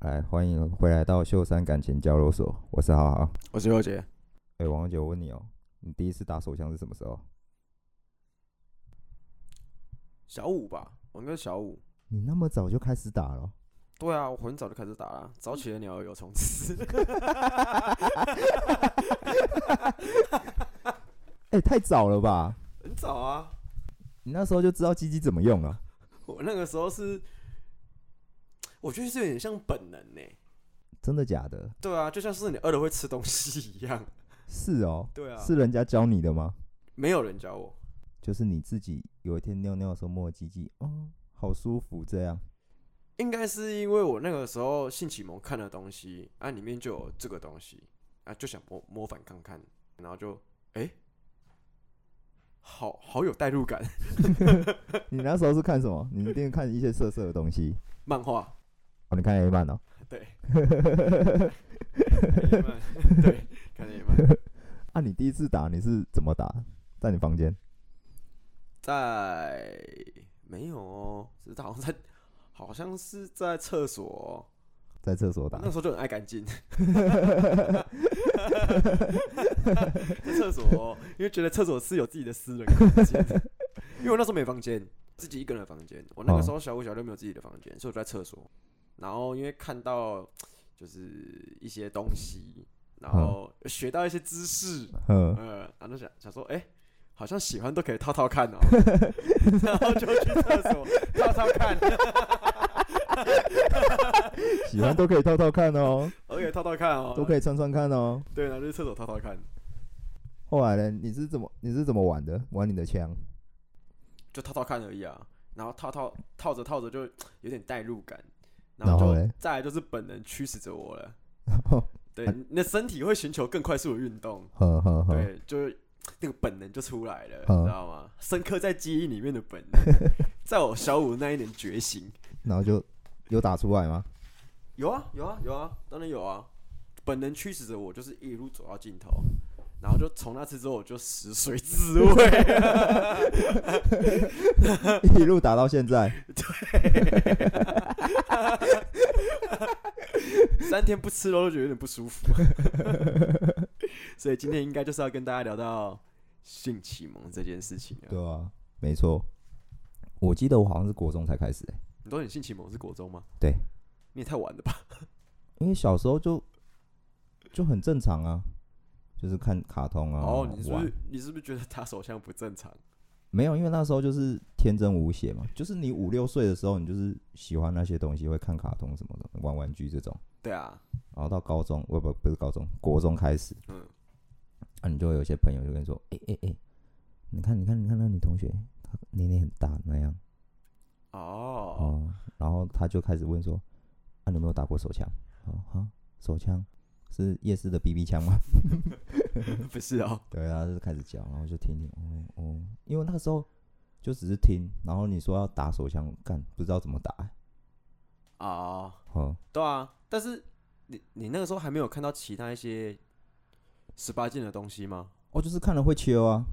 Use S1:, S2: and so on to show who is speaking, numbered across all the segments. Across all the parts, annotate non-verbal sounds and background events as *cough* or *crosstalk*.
S1: 来，欢迎回来到秀山感情交流所，我是浩浩。
S2: 我是优杰，
S1: 哎、王小姐，我问你哦，你第一次打手枪是什么时候？
S2: 小五吧，我应该是小五。
S1: 你那么早就开始打了？
S2: 对啊，我很早就开始打了，早起的鸟儿有虫 *laughs* 吃。
S1: 哎、太早了吧？
S2: 很早啊，
S1: 你那时候就知道鸡鸡怎么用啊了？
S2: 我那个时候是，我觉得是有点像本能呢、
S1: 真的假的？
S2: 对啊，就像是你饿了会吃东西一样。
S1: 是哦，
S2: 对啊，
S1: 是人家教你的吗？
S2: 没有人教我，
S1: 就是你自己有一天尿尿的时候摸鸡鸡，哦，好舒服这样。
S2: 应该是因为我那个时候性启蒙看的东西啊，里面就有这个东西啊，就想模模仿看看，然后就哎、诶好好有代入感， *laughs*
S1: 你那时候是看什么？你一定看一些色色的东西。
S2: 漫画。
S1: 哦，你看 A 漫哦。
S2: 对，看野蛮对，看野蛮，
S1: 啊，你第一次打你是怎么打？在你房间？
S2: 在没有哦，是好像在，好像是在厕所哦、
S1: 在厕所打
S2: 那？时候就很爱干净，在厕所哦、因为觉得厕所是有自己的私人空间，因为我那时候没房间，自己一个人的房间，我那个时候小五小六没有自己的房间，所以我就在厕所，然后因为看到就是一些东西，然后学到一些知识，
S1: 嗯，
S2: 呃，然后就想想说，哎、好像喜欢都可以套套看
S1: *laughs*
S2: 哦，然后就去厕所套套看，
S1: 喜欢都可以套套看哦，
S2: 都可以套套看哦，
S1: 都可以穿穿看哦。
S2: 对，然后就去厕所套套看，
S1: 后来呢？你是怎么你是怎么玩的？玩你的枪？
S2: 就套套看而已啊，然后套套套着套着就有点代入感，
S1: 然后
S2: 后就
S1: 嘞
S2: 再来就是本能驱使着我
S1: *laughs*
S2: 了，
S1: 呵
S2: 对，你的身体会寻求更快速的运动，
S1: 呵呵，
S2: 对，就是那个本能就出来了，
S1: 嗯
S2: 你知道吗？深刻在记忆里面的本
S1: *laughs*
S2: 能，在我小五那一年觉醒，
S1: 然后就有打出来
S2: *laughs*
S1: 吗？
S2: 有啊，有啊，有啊，当然有啊。本能驱使着我，就是一路走到尽头，然后就从那次之后，我就食髓知味。 *laughs*
S1: 一路打到现
S2: *laughs*
S1: 在，
S2: 啊三天不吃肉都觉得有点不舒服，所以今天应该就是要跟大家聊到性启蒙这件事情了。
S1: 对啊，没错。我记得我好像是国中才开始、欸，
S2: 你说你性启蒙是国中吗？
S1: 对，
S2: 你也太晚了吧？
S1: 因为小时候就就很正常啊，就是看卡通啊。
S2: 哦，你是不
S1: 玩
S2: 是你是不是觉得打手枪不正常？
S1: 没有，因为那时候就是天真无邪嘛，就是你五六岁的时候，你就是喜欢那些东西，会看卡通什么的，玩玩具这种。
S2: 对啊，
S1: 然后到高中，不不不是高中，国中开始，
S2: 嗯，
S1: 啊，你就会有些朋友就跟你说，哎哎哎，你看你看你看那女同学，她年龄很大那样
S2: 哦，
S1: 哦，然后他就开始问说，啊，你有没有打过手枪？哦，哈，手枪是夜市的 BB 枪吗？ *laughs*
S2: 不是哦，
S1: 对啊，就是开始讲，然后就听听，哦哦，因为那个时候就只是听，然后你说要打手枪，干不知道怎么打、欸，
S2: 哦，
S1: 哦，
S2: 对啊，但是你你那个时候还没有看到其他一些十八禁的东西吗？
S1: 哦，就是看了会切啊，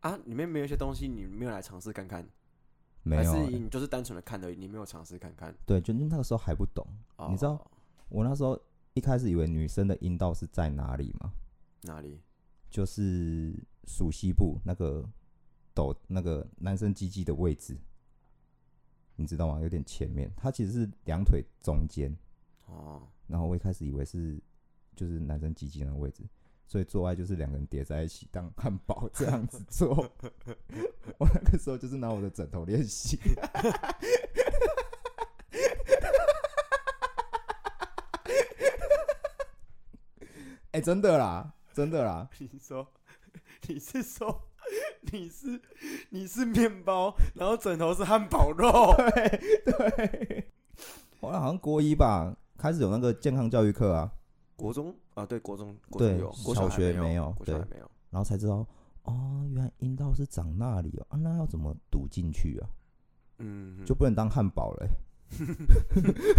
S2: 啊，里面没有一些东西你没有来尝试看看，
S1: 没有
S2: 还
S1: 欸、
S2: 是你就是单纯的看而已，你没有尝试看看。
S1: 对，就那个时候还不懂，
S2: 哦、
S1: 你知道我那时候一开始以为女生的阴道是在哪里嘛，
S2: 哪里？
S1: 就是属西部那个抖那个男生鸡鸡的位置，你知道吗？有点前面，它其实是两腿中间。
S2: 哦，
S1: 然后我一开始以为是就是男生鸡鸡那个位置，所以做爱就是两个人叠在一起当汉堡这样子做。 *laughs* 我那个时候就是拿我的枕头练习。哎、真的啦，真的啦，
S2: *laughs* 你说，你是说，你是你是面包，然后枕头是汉堡肉，
S1: 我好像国一吧，开始有那个健康教育课啊，
S2: *laughs* 国中啊，对，国中，国
S1: 对
S2: 中有，国
S1: 小
S2: 还
S1: 学没
S2: 没
S1: 有
S2: 国小
S1: 对
S2: 还没有。
S1: 然后才知道哦，原来阴道是长那里哦，啊，那要怎么堵进去啊？
S2: 嗯，
S1: 就不能当
S2: *laughs*
S1: 汉堡了欸、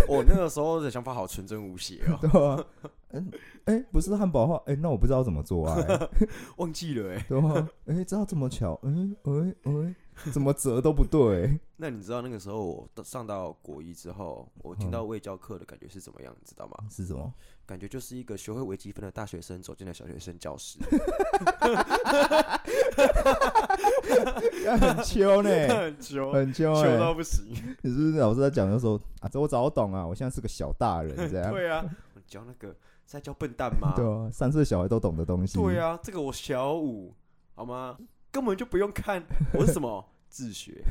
S2: 我那个时候的想法好纯真无邪哦。
S1: *laughs* 对啊，哎、哎、不是汉堡的话，哎、那我不知道怎么做爱、
S2: *laughs* 忘记了哎、
S1: 对吗？哎、知道这么巧，嗯、哎哎哎，怎么折都不对、
S2: 那你知道那个时候我到上到国一之后，我听到
S1: 嗯
S2: 未教课的感觉是怎么样，你知道吗？
S1: 是什
S2: *laughs*
S1: 么？
S2: 感觉就是一个学会微积分的大学生走进了小学生教室，
S1: 哎很秋呢、
S2: *laughs* 很久
S1: 很秋
S2: *laughs*
S1: 哎、
S2: 久到不行。
S1: 你是不是老师在讲的时候啊？这我早懂啊，我现在是个小大人这样。
S2: 对啊，我教那个是在教笨蛋吗？
S1: 哎对啊，三岁小孩都懂的东西。
S2: 对啊，这个我小五好吗？根本就不用看我是
S1: *laughs*
S2: 什么自学。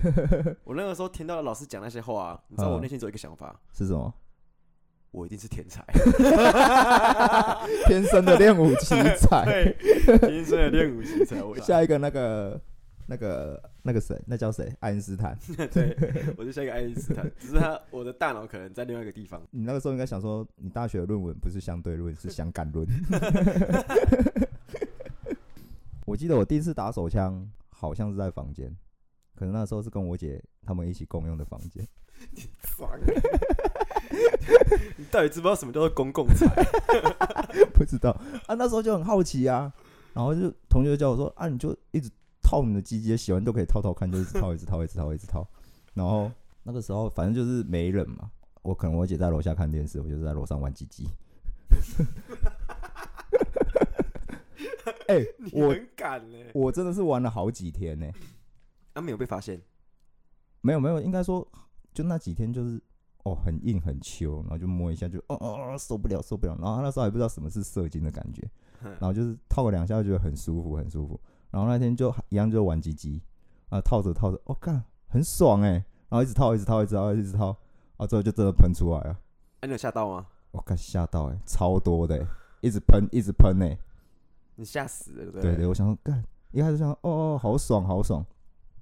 S2: 我那个时候听到老师讲那些话、你知道
S1: 嗯
S2: 我内心只有一个想法：
S1: 是什么？
S2: *laughs* 我一定是天
S1: *laughs*
S2: 才。
S1: 天生的练武
S2: *laughs*
S1: 奇才。
S2: 对，啊天生的练武奇才，我
S1: 下一个那个那个那个谁，那叫谁？爱因斯坦。
S2: 对，我就像一个爱因斯坦，只是他我的大脑可能在另外一个地方。
S1: 你那个时候应该想说，你大学的论文不是相对论，是相干论。我记得我第一次打手枪，好像是在房间，可能那时候是跟我姐他们一起共用的房间。 *laughs*
S2: 爽！ *laughs* 你到底知不知道什么叫做公共财？
S1: 不知道啊，那时候就很好奇啊，然后就同学就叫我说啊，你就一直套你的鸡鸡，喜欢都可以套套看，就一直套，一直套，一直套，一直套。然后那个时候反正就是没人嘛，我可能我姐在楼下看电视，我就是在楼上玩鸡鸡。哎、
S2: 你
S1: 我
S2: 很敢呢、
S1: 我真的是玩了好几天呢、
S2: 啊，没有被发现，
S1: 没有没有，应该说就那几天就是哦很硬很秋，然后就摸一下就哦哦哦受不了受不了，然后他那时候还不知道什么是射精的感觉，
S2: 哼
S1: 然后就是套个两下就觉得很舒服很舒服，然后那天就一样就玩鸡鸡啊套着套着，哦干很爽哎、然后一直套一直套一直套一直套，啊最后就真的喷出来了，
S2: 啊，你有吓到吗？
S1: 我、干吓到哎、超多的、欸，一直喷一直喷哎、
S2: 你吓死了，对不
S1: 对对，我想说干，一开始想说哦哦好爽好爽，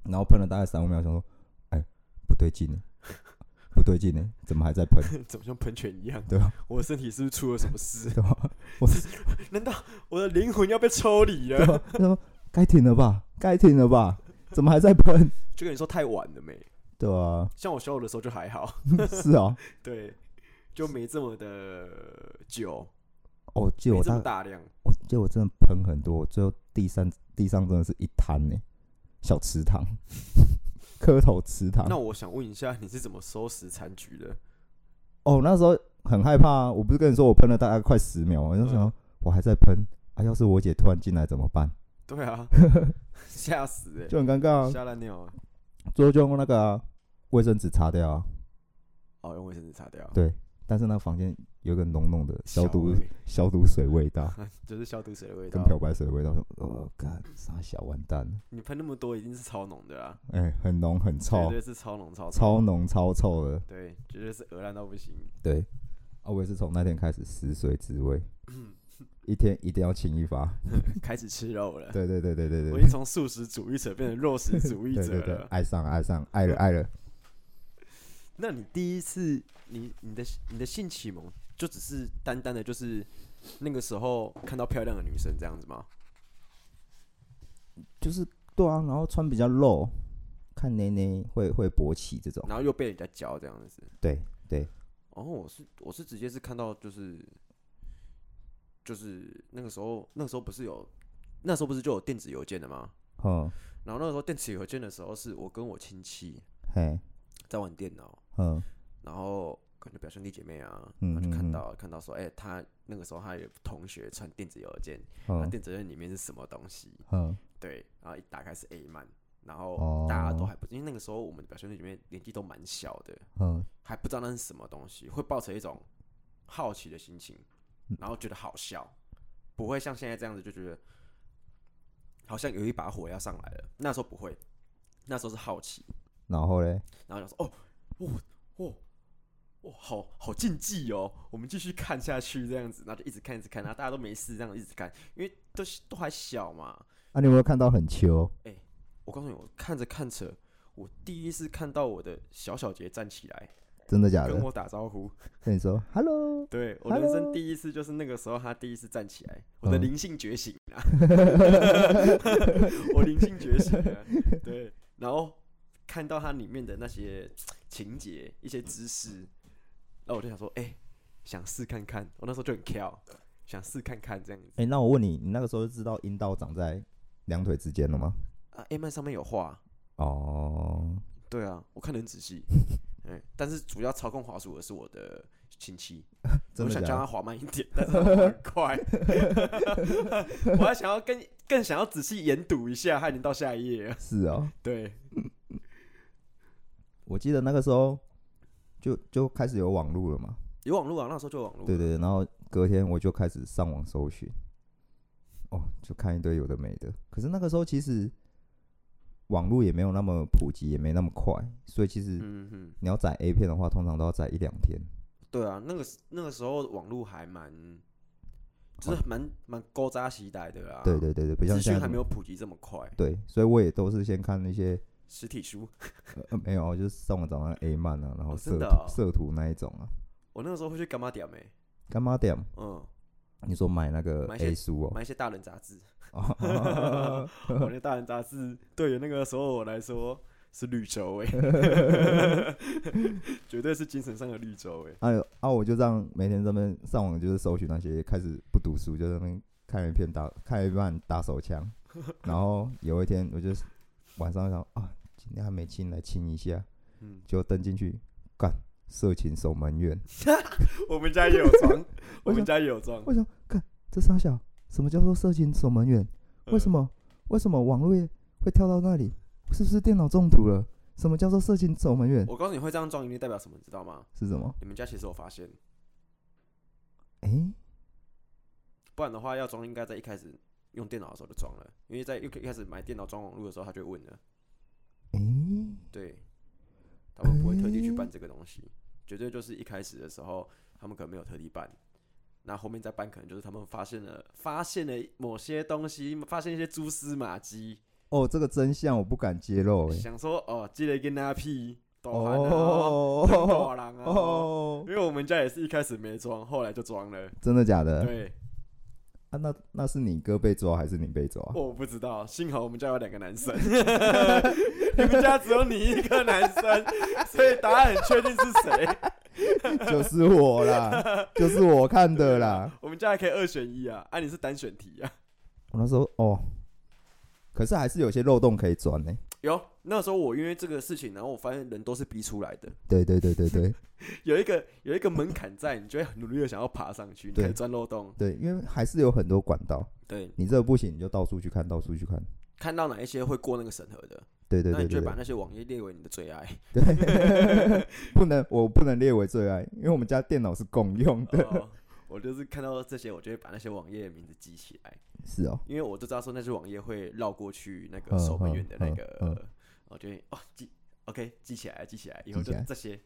S1: 然后喷了大概三五秒，想说哎不对劲呢， *laughs* 不对劲呢，怎么还在
S2: *laughs*
S1: 喷？
S2: 怎么像喷泉一样？
S1: 对啊吧？
S2: 我的身体是不是出了什么事？ *laughs*
S1: 对吧？
S2: 难道我的灵魂要被抽离
S1: 对
S2: 了？ *laughs*
S1: 吧？他说该停了吧，该停了吧，怎么还在喷？
S2: 就跟你说太晚了没？
S1: 对啊， *laughs*
S2: 像我小五的时候就还好，
S1: 是啊，
S2: 对，就没这么的久，
S1: 哦，记得
S2: 没
S1: 我
S2: 这么
S1: 大，啊
S2: 大量。
S1: 我记得我真的喷很多，我最后地上地上真的是一滩呢，小池塘， *laughs* 磕头池塘。
S2: 那我想问一下，你是怎么收拾残局的？
S1: 哦，那时候很害怕、啊，我不是跟你说我喷了大概快十秒吗，我就想、
S2: 嗯
S1: 我还在喷啊，要是我姐突然进来怎么办？
S2: *laughs* 对啊，吓死哎、
S1: 就很尴尬、啊，
S2: 吓烂尿啊！
S1: 最后就用那个啊卫、生纸擦掉啊。
S2: 哦，用卫生纸擦掉。
S1: 对，但是那房间有一个浓浓的消毒
S2: 小味
S1: *laughs* 消毒水味道，
S2: *laughs* 就是消毒水的味
S1: 跟
S2: 道。
S1: 漂白水的味道。哦，干啥小完蛋了？
S2: 你喷那么多，一定是超浓的啊！
S1: 哎、很浓很
S2: 绝
S1: 臭，
S2: 对是超浓超臭
S1: 超浓超臭的。
S2: 对，绝对是鹅烂到不
S1: *laughs*
S2: 行。
S1: 对，啊，我也是从那天开始食髓知
S2: *laughs*
S1: 味，一天一定要清一发。
S2: 开始吃肉了，
S1: 对对对对对
S2: 我
S1: 对
S2: 已经从素食主义者变成肉食主义
S1: 对对
S2: 者了。
S1: 对，爱上爱上爱了爱了。
S2: 那你第一次，你你的你的性启蒙就只是单单的，就是那个时候看到漂亮的女生这样子吗？
S1: 就是对啊，然后穿比较露，看内内会会勃起这种。
S2: 然后又被人家教这样子。
S1: 对对，
S2: 然后哦我是我是直接是看到就是就是那个时候那个时候不是有那时候不是就有电子邮件的吗？
S1: 嗯，
S2: 然后那个时候电子邮件的时候，是我跟我亲戚
S1: 嘿，
S2: 在玩电脑，
S1: 嗯
S2: 然后可能表兄弟姐妹啊，
S1: 嗯
S2: 然后就
S1: 嗯
S2: 看
S1: 嗯
S2: 到看到说，哎、他那个时候他有同学传电子邮件，那
S1: 嗯
S2: 电子邮件里面是什么东西？
S1: 嗯，
S2: 对，然后一打开是 A 漫，然
S1: 哦
S2: 后大家都还不，因为那个时候我们的表兄弟姐妹年纪都蛮小的，
S1: 嗯，
S2: 还不知道那是什么东西，会抱着一种好奇的心情，然后觉得好笑，不会像现在这样子就觉得好像有一把火要上来了。那时候不会，那时候是好奇，
S1: 然后嘞，
S2: 然后想说哦，哇哇哇，好好禁忌哦，我们继续看下去这样子，然后就一直看一直看，然后大家都没事这样一直看，因为都都还小嘛，
S1: 啊，你有没有看到很秋？
S2: 我告诉你，我看着看着，我第一次看到我的小小杰站起来
S1: 真的假
S2: 跟
S1: 的？
S2: 我打招呼，
S1: 跟你说 “hello”，
S2: 对我人生第一次就是那个时候，他第一次站起来，我的
S1: 嗯
S2: 灵性觉醒啊， *laughs* 我灵性觉醒啊，对，然后看到它里面的那些情节、一些知识，然后我就想说，哎、想试看看，我那时候就很跳，想试看看这样子。
S1: 哎、那我问你，你那个时候就知道阴道长在两腿之间了吗？
S2: 啊，A 漫上面有画，
S1: 哦，
S2: 对啊，我看得很仔细。嗯，但是主要操控滑鼠的是我的亲戚，
S1: 真
S2: 我
S1: 的
S2: 想
S1: 假
S2: 叫他
S1: 的？
S2: 滑慢一点，但是他滑很
S1: *laughs*
S2: 快。我还想要更更想要仔细研读一下，还能到下一页了。
S1: 是哦，
S2: 对，
S1: *laughs* 我记得那个时候就就开始有网络了嘛。
S2: 有网络啊，那时候就有网络。
S1: 对对对，然后隔天我就开始上网搜寻，哦，就看一堆有的没的。可是那个时候其实网络也没有那么普及，也没那么快，所以其实
S2: 嗯哼，
S1: 你要载 A 片的话，通常都要载一两天。
S2: 对啊，那个时那个时候网络还蛮，就是蛮蛮勾扎西代的啦。
S1: 对，对对对，不像
S2: 啊资
S1: 现在
S2: 讯还
S1: 那么
S2: 没有普及这么快，
S1: 对，所以我也都是先看那些、
S2: 实体书。
S1: 呃呃、没有啊，就是上网找那 A 漫啊，然后
S2: 哦
S1: 色图、
S2: 真的哦
S1: 色图那一种啊。
S2: 我那个时候会去干嘛点没？
S1: 干妈点，
S2: 嗯，
S1: 你说买那个
S2: 买一些
S1: A 书哦 *laughs*
S2: 买一些大人杂志。
S1: 哦，
S2: *laughs* 我那大人杂志对于那个时候我来说是绿洲哎、 *laughs* 绝对是精神上的绿洲哎、
S1: 哎呦啊，我就这样每天这边上网，就是搜寻那些开始不读书，就在那边看一片打看一半打手
S2: *laughs*
S1: 枪，然后有一天我就晚上想啊，今天还没亲，来亲一下，
S2: 嗯，
S1: 就登进去干色情守门员，
S2: 我们家也有
S1: *laughs*
S2: 装，我
S1: 我
S2: 们
S1: 想
S2: 家也有装。
S1: 为什么看这傻小？什么叫做色情守门员？为什
S2: 么？
S1: 么为什么网络会跳到那里？是不是电脑中毒了？什么叫做色情守门员？
S2: 嗯我告诉你会这样装，一定代表什么，你知道吗？
S1: 是什么？
S2: 你们家其实有发现，
S1: 哎、
S2: 不然的话要装应该在一开始用电脑的时候就装了，因为在一一开始买电脑装网络的时候他就会问了，
S1: 哎、
S2: 对，他们不会特地去办这个东西，绝对就是一开始的时候他们可能没有特地办。那后面再办，可能就是他们发现了发现了某些东西，发现一些蛛丝马迹，
S1: 哦，这个真相我不敢揭露、哎。
S2: 想说哦，这个跟那屁抖喊啊， *laughs* 很大
S1: 哦
S2: 人啊，哦
S1: 哦
S2: 因，为我们家也是一开始没装，后来就装了。
S1: 真的假的？
S2: 对，
S1: 啊，那那是你哥被抓还是你被抓？
S2: 我不知道，幸好我们家有两个男 *laughs* 生，你们家只有你一个男生，所以答案很确定是谁。
S1: *laughs* 就是我啦，
S2: *laughs*
S1: 就是我看的啦。
S2: 我们家还可以二选一啊，啊，你是单选题啊。
S1: 我那时候哦，可是还是有些漏洞可以钻呢、
S2: 有那时候我因为这个事情，然后我发现人都是逼出来的，
S1: 对对对对对
S2: 有一个有一个门槛在，你就会很努力的想要爬上去，你
S1: 对
S2: 可以钻漏洞。
S1: 对，因为还是有很多管道，
S2: 对，
S1: 你这个不行，你就到处去看，到处去看。
S2: 看到哪一些会过那个审核的，
S1: 对对
S2: 那
S1: 对
S2: 你就
S1: 对
S2: 会把
S1: 对，
S2: 那些网页列为你的最爱。
S1: *laughs* 对不能我不能列为最爱，因为我们家电脑是共用的。
S2: 哦，我就是看到这些，我就会把那些网页的名字记起来，
S1: 是哦，
S2: 因为我就知道说那些网页会绕过去那个
S1: 嗯
S2: 守门
S1: 嗯
S2: 员的那
S1: 嗯
S2: 个，
S1: 嗯
S2: 我就会哦记，OK 记起来，记起来，以后
S1: 记起
S2: 就
S1: 来
S2: 这些，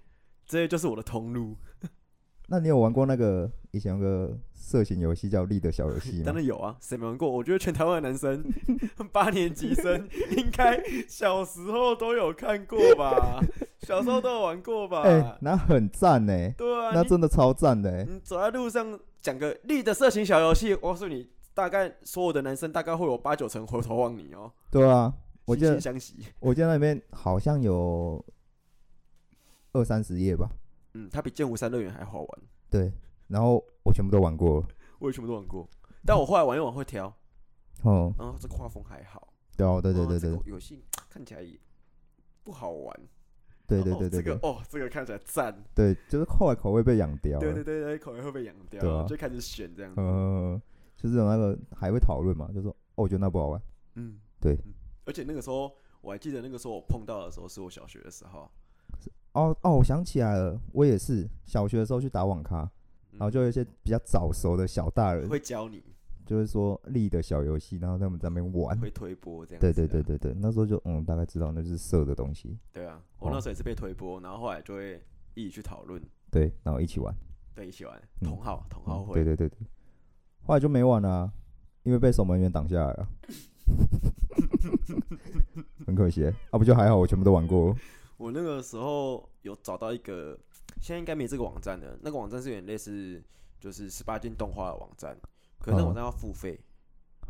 S2: 这些就是我的通路。
S1: 那你有玩过那个以前有个色情游戏叫《力的小游戏》
S2: 当
S1: 吗？
S2: 然有啊，谁没玩过？我觉得全台湾的男生， *laughs* 八年
S1: *laughs*
S2: 级生应该小时候都有看过吧，小时候都有玩过吧？
S1: 哎、那很赞呢、
S2: 哦对啊，
S1: 那
S2: 你
S1: 真的超赞的、欸。
S2: 你走在路上讲个力的色情小游戏，我告诉你，大概所有的男生大概会有八九成回头望你哦、
S1: 对啊，我记
S2: 惺惺
S1: 得
S2: 相惜。
S1: 我记得那边好像有二三十页吧，
S2: 嗯，它比剑湖山乐园还好玩，
S1: 对，然后我全部都玩过了，
S2: 我也全部都玩过。但我后来玩一玩会挑，
S1: 哦，
S2: 然后这画风还好。
S1: 对哦，对对
S2: 啊
S1: 对
S2: 这
S1: 对
S2: 个游戏看起来也不好玩。
S1: 对
S2: 哦
S1: 对对对
S2: 这
S1: 对
S2: 个哦，这个看起来赞。
S1: 对，就是后来口味被养掉
S2: 对对
S1: 了，
S2: 对对，口味会被养掉，
S1: 对啊
S2: 就开始选这样子。
S1: 嗯，就是有那个还会讨论嘛，就说哦，我觉得那不好玩，
S2: 嗯，
S1: 对
S2: 嗯。而且那个时候我还记得，那个时候我碰到的时候是我小学的时候，
S1: 哦哦，我想起来了，我也是小学的时候去打网咖，
S2: 嗯
S1: 然后就有一些比较早熟的小大人，
S2: 会教你，
S1: 就会说力的小游戏，然后他们在那边玩，
S2: 会推波这样子、
S1: 对对对。对对，那时候就嗯大概知道那就是色的东西，
S2: 对啊，我那时候也是被推波，然后后来就会一起去讨论，
S1: 对，然后一起玩。
S2: 对，一起玩
S1: 嗯
S2: 同号同号
S1: 嗯
S2: 会。
S1: 对对对对，后来就没玩了啊、因为被守门员挡下来了， *laughs* 很可惜欸。啊，不就还好，我全部都玩过。
S2: 我那个时候有找到一个，现在应该没这个网站的，那个网站是有点类似就是十八禁动画的网站，可是那
S1: 嗯
S2: 网站要付费，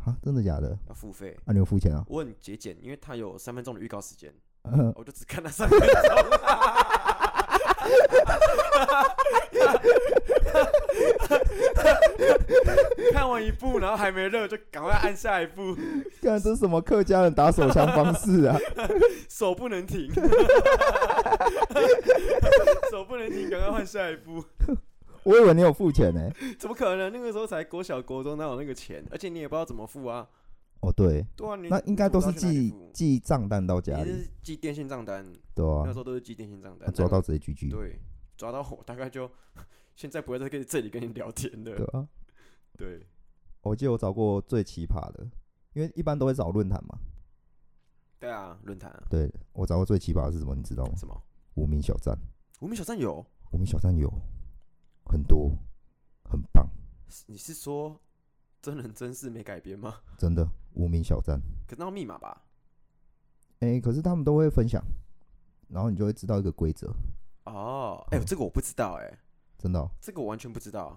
S1: 啊，真的假的？
S2: 要付费。
S1: 啊，你有付钱啊？ *laughs*
S2: 我很节俭，因为它有三分钟的预告时间，
S1: 嗯
S2: 我就只看那三分钟。 *laughs* 动一步，然后还没热就赶快按下一步，
S1: 看这是什么客家人打手枪方式啊？
S2: 手不能停， *laughs* 手不能停，赶快换下一步。
S1: *laughs* 我以为你有付钱欸呢、
S2: 怎么可能？那个时候才国小、国中，哪有那个钱？而且你也不知道怎么付啊。
S1: 哦，对，
S2: 对啊，你
S1: 那应该都是
S2: 寄
S1: 寄寄账单到家
S2: 你
S1: 里，
S2: 是寄电信账单，
S1: 对
S2: 那
S1: 吧、
S2: 时候都是寄电信账
S1: 啊？
S2: 单。
S1: 抓到直接狙
S2: 那
S1: 击，
S2: 对，抓到我大概就现在不会再跟这里跟你聊天
S1: 对啊
S2: 的。
S1: 吧、
S2: 对，
S1: 我记得我找过最奇葩的，因为一般都会找论坛嘛。
S2: 对啊，论坛啊，
S1: 对我找过最奇葩的是什么？你知道吗？
S2: 什么
S1: 无名小站，
S2: 无名小站有？
S1: 无名小站有很多，很棒，
S2: 你是说真人真事没改编吗？
S1: 真的。无名小站，
S2: 可是那要密码吧？
S1: 哎、可是他们都会分享，然后你就会知道一个规则，
S2: 哦，哎、
S1: 嗯
S2: 这个我不知道、哎，
S1: 真的哦、
S2: 这个我完全不知道。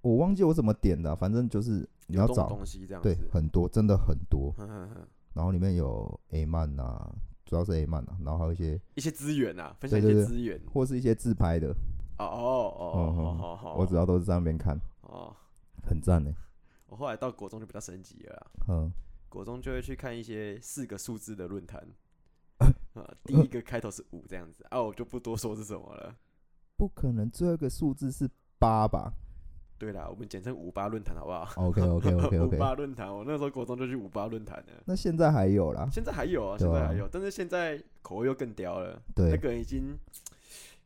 S1: 我忘记我怎么点的啊、反正就是你要
S2: 有这种
S1: 找，
S2: 东西这样子
S1: 对，，很多，真的很多。
S2: 哼哼哼
S1: 然后里面有 A 漫啊，主要是 A 漫啊，然后还有一些
S2: 一些资源啊，分享一
S1: 对对
S2: 些
S1: 对
S2: 资源。
S1: 或是一些自拍的，
S2: 哦哦哦
S1: 嗯
S2: 哦
S1: 嗯
S2: 哦哦，
S1: 我主要都是在那边看，
S2: 哦，
S1: 很赞呢。
S2: 我后来到国中就比较升级了啦，啊
S1: 嗯，
S2: 国中就会去看一些四个数字的论坛。
S1: 呃
S2: 啊，第一个开头是五这样子啊，我就不多说是什么了。
S1: 不可能最后一个数字是八吧
S2: 对啦，我们简称五八论坛好不好？
S1: ？OK OK OK
S2: *laughs*
S1: *laughs*
S2: 五
S1: OK，
S2: 八论坛，我那时候国中就去五八论坛了。
S1: 那现在还有啦，
S2: 现在还有啊，
S1: 对
S2: 现
S1: 啊
S2: 在还有，但是现在口味又更刁了。那
S1: 对
S2: 个人已经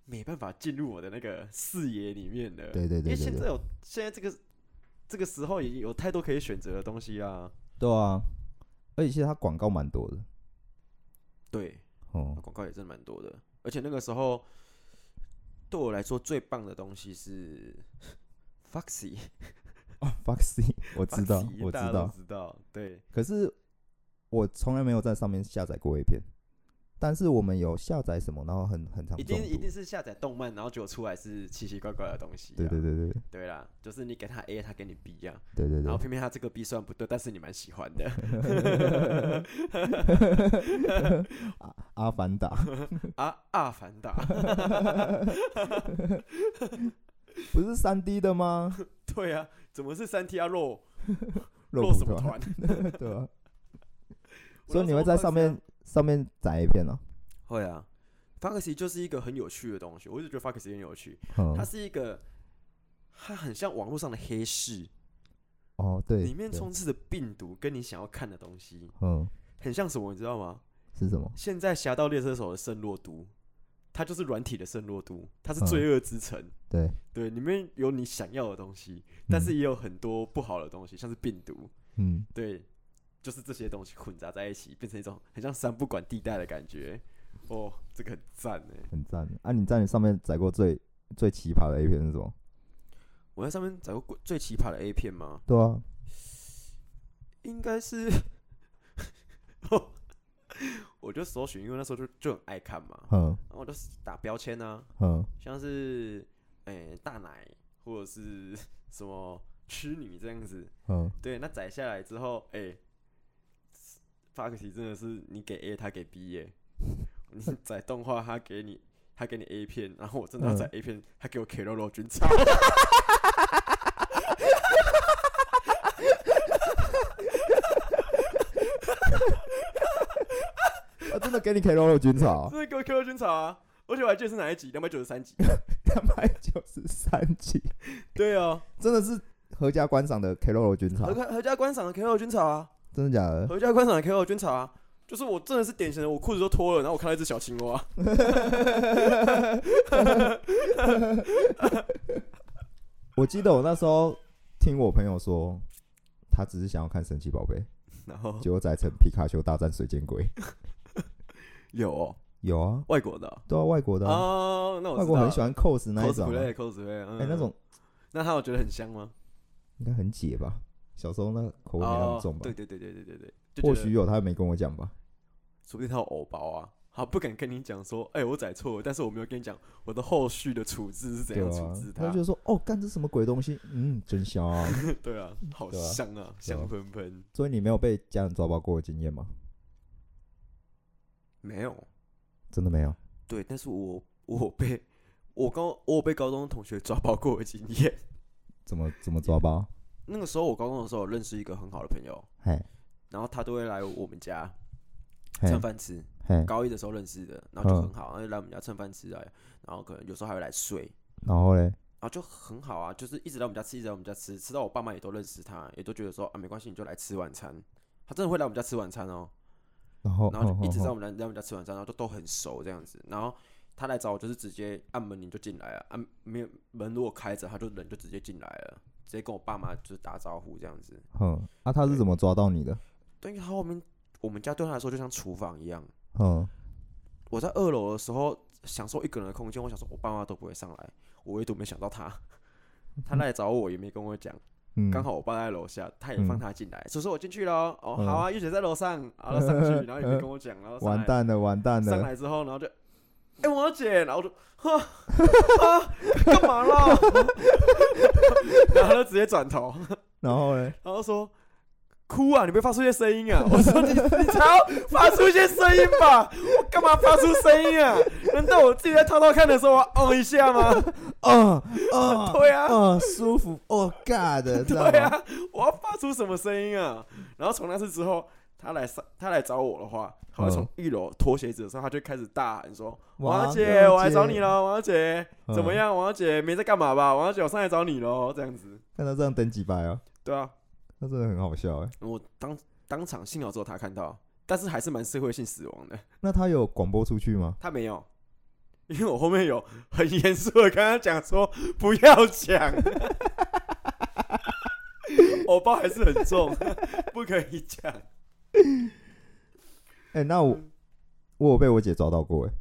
S2: 没办法进入我的那个视野里面了。
S1: 对对
S2: 因
S1: 对对
S2: 为现在
S1: 对，
S2: 有现在这个这个时候已经有太多可以选择的东西啦。
S1: 对啊，而且其实它广告蛮多的，
S2: 对，
S1: 哦，
S2: 广告也真的蛮多的，而且那个时候对我来说最棒的东西是 Foxy，
S1: Foxy，我知道
S2: Foxy，
S1: 我知
S2: 大家都
S1: 道，
S2: 知道，对，
S1: 可是我从来没有在上面下载过 A 片，但是我们有下载什么，然后很很常
S2: 一
S1: 中
S2: 定一
S1: 毒
S2: 定，是下载动漫，然后结果出来是奇奇怪怪的东西啊，
S1: 对对对对
S2: 对啦，就是你给他 A，他给你 B 呀、
S1: 对对
S2: 然后
S1: 对，
S2: 偏偏他这个 B 虽然不对，但是你蛮喜欢的，
S1: 阿凡达
S2: *laughs* 啊，
S1: *laughs*
S2: 阿凡达， *laughs*
S1: 不是三 D 的
S2: *laughs*
S1: 吗？
S2: 对啊，怎么是三 T 啊肉
S1: 肉
S2: 什
S1: 蒲
S2: 么
S1: 团，
S2: 团？
S1: *laughs* 对啊，
S2: 我
S1: 所以
S2: 那
S1: 你
S2: 时候
S1: 会在上
S2: Foxy 啊
S1: 面上面载 A 片哦，
S2: 会啊，Foxy 就是一个很有趣的东西，我一直觉得 Foxy 很有趣，它
S1: 嗯，
S2: 是一个，它很像网络上的黑市，
S1: 哦对，
S2: 里面
S1: 对
S2: 充斥着病毒跟你想要看的东西，
S1: 嗯
S2: 很像什么，你知道吗？
S1: 是什么？
S2: 现在《侠盗猎车手》的圣洛都，它就是软体的圣洛都，它是
S1: 嗯
S2: 罪恶之城，
S1: 对，
S2: 对，里面有你想要的东西，但是
S1: 嗯
S2: 也有很多不好的东西，像是病毒，
S1: 嗯。
S2: 对，就是这些东西混杂在一起，变成一种很像三不管地带的感觉。哦，这个很赞哎！
S1: 很赞啊！你在你上面载过最最奇葩的 A 片是什么？
S2: 我在上面找过最奇葩的 A 片吗？
S1: 对啊，
S2: 应该是，哦我就搜寻，因为那时候就就很爱看嘛，
S1: 嗯
S2: 然后我就打标签啊，
S1: 嗯，
S2: 像是诶、大奶或者是 *laughs* 什么痴女这样子。 *laughs*
S1: 嗯，
S2: 对，那载下来之后，诶、发个题真的是你给 A 他给 B 耶、你载动画他给你他给你 A 片，然后我真的要载 A 片，他给我 K 肉肉军操。
S1: 啊，真的给你 K 肉肉军哦草、
S2: *laughs* 真的给我 K 肉军草啊！而且我还记得是哪一集，两百九十三集。
S1: 两百九十三集，
S2: 对啊，
S1: 真的是合家观赏的 K 肉肉军草
S2: 合，家合家观赏的 K 肉军草啊，
S1: 真的假的？
S2: 合家观赏的 K 肉军草啊，就是我真的是典型的，我裤子都脱了，然后我看到一只小青蛙。
S1: 我记得我那时候听我朋友说，他只是想要看神奇宝贝，
S2: 然后
S1: 结果载成皮卡丘大战水箭龟。
S2: 有哦，
S1: 有啊，
S2: 外国的哦
S1: 对啊，外国的、啊，
S2: 哦，那我
S1: 外国很喜欢 cos 那一种、啊，哎、
S2: cosplay，cosplay，嗯，
S1: 那种
S2: 那他有觉得很香吗？
S1: 应该很解吧？小时候那口味没那么
S2: 哦
S1: 重，吧
S2: 对？对对对对对对，就
S1: 或
S2: 觉得
S1: 许有，他没跟我讲吧。
S2: 说不定他有偶包啊。他不敢跟你讲说，哎，我宰错了，但是我没有跟你讲我的后续的处置是怎
S1: 对
S2: 样
S1: 啊，
S2: 处置
S1: 他
S2: 他
S1: 就。说：“哦，干这什么鬼东西？嗯，真
S2: *laughs*
S1: 香、啊。
S2: 对啊，好
S1: 对啊
S2: 香啊，香喷喷。”
S1: 所以你没有被家人抓包过的经验吗？
S2: 没有，
S1: 真的没有。
S2: 对，但是我我被我高我有被高中同学抓包过的经验，
S1: 怎么怎么抓包？
S2: 那个时候我高中的时候有认识一个很好的朋友，
S1: 嘿，
S2: 然后他都会来我们家蹭
S1: 嘿，
S2: 饭吃。
S1: 嘿，
S2: 高一的时候认识的，然后就
S1: 嗯
S2: 很好，然后就来我们家蹭饭吃啊，然后可能有时候还会来睡，
S1: 然
S2: 然
S1: 后嘞，
S2: 后就很好啊，就是一直来我们家吃，一直来我们家吃，吃到我爸妈也都认识他，也都觉得说啊没关系，你就来吃晚餐。他真的会来我们家吃晚餐哦，
S1: 然后，
S2: 然后就一直在
S1: 哼
S2: 我们家在我们家吃晚餐，然后就都很熟这样子。然后他来找我就是直接按门铃就进来了，按没有门如果开着，他就人就直接进来了，直接跟我爸妈就是打招呼这样子。
S1: 哼，哼啊，他是怎么抓到你的？
S2: 对于他后面我们家对他来说就像厨房一样。
S1: 嗯，
S2: 我在二楼的时候享受一个人的空间，我想说我爸妈都不会上来，我唯独没想到他， *laughs* 他来找我也没跟我讲，
S1: 嗯
S2: 刚好我爸在楼下，他也
S1: 嗯
S2: 放他进来，所以说我进去喽。哦，
S1: 嗯
S2: 好啊，玉姐在楼上，然后
S1: *laughs*
S2: 上去，然后也没跟我讲，然后上来
S1: 完蛋了，完蛋
S2: 上
S1: 了，
S2: 来之后，然后就，哎、王姐，然后我就，哈， *laughs* 啊，干嘛啦？ *laughs* 然后他就直接转头，
S1: 然后
S2: *laughs*
S1: 嘞，
S2: 然后说，哭啊，你没发出一些声音啊？ *laughs* 我说你你才要发出一些声音吧，我干嘛发出声音啊？难道我自己在偷偷看的时候我要嗯一
S1: *laughs*
S2: 下吗？
S1: 啊啊
S2: 对啊，
S1: 啊，舒服，哦，God，这
S2: *laughs* 对
S1: 样吗？
S2: 啊，我要发出什么声音啊？然后从那次之后，他来上他来找我的话，他会从
S1: 嗯
S2: 一楼脱鞋子的时候，他就开始大喊说：“
S1: 王
S2: 王姐，我来
S1: 姐
S2: 找你了，王姐，
S1: 嗯
S2: 怎么样？王姐没在干嘛吧？王姐，我上来找你喽。”这样子，
S1: 看他这样登几百啊，
S2: 对啊，
S1: 那真的很好笑哎。
S2: 我当当场幸好只有他看到，但是还是蛮社会性死亡的。
S1: 那他有广播出去吗？
S2: 他没有，因为我后面有很严肃的跟他讲说不要讲，我包还是很重，不可以讲。
S1: 哎，那我
S2: 嗯
S1: 我有被我姐抓到过哎。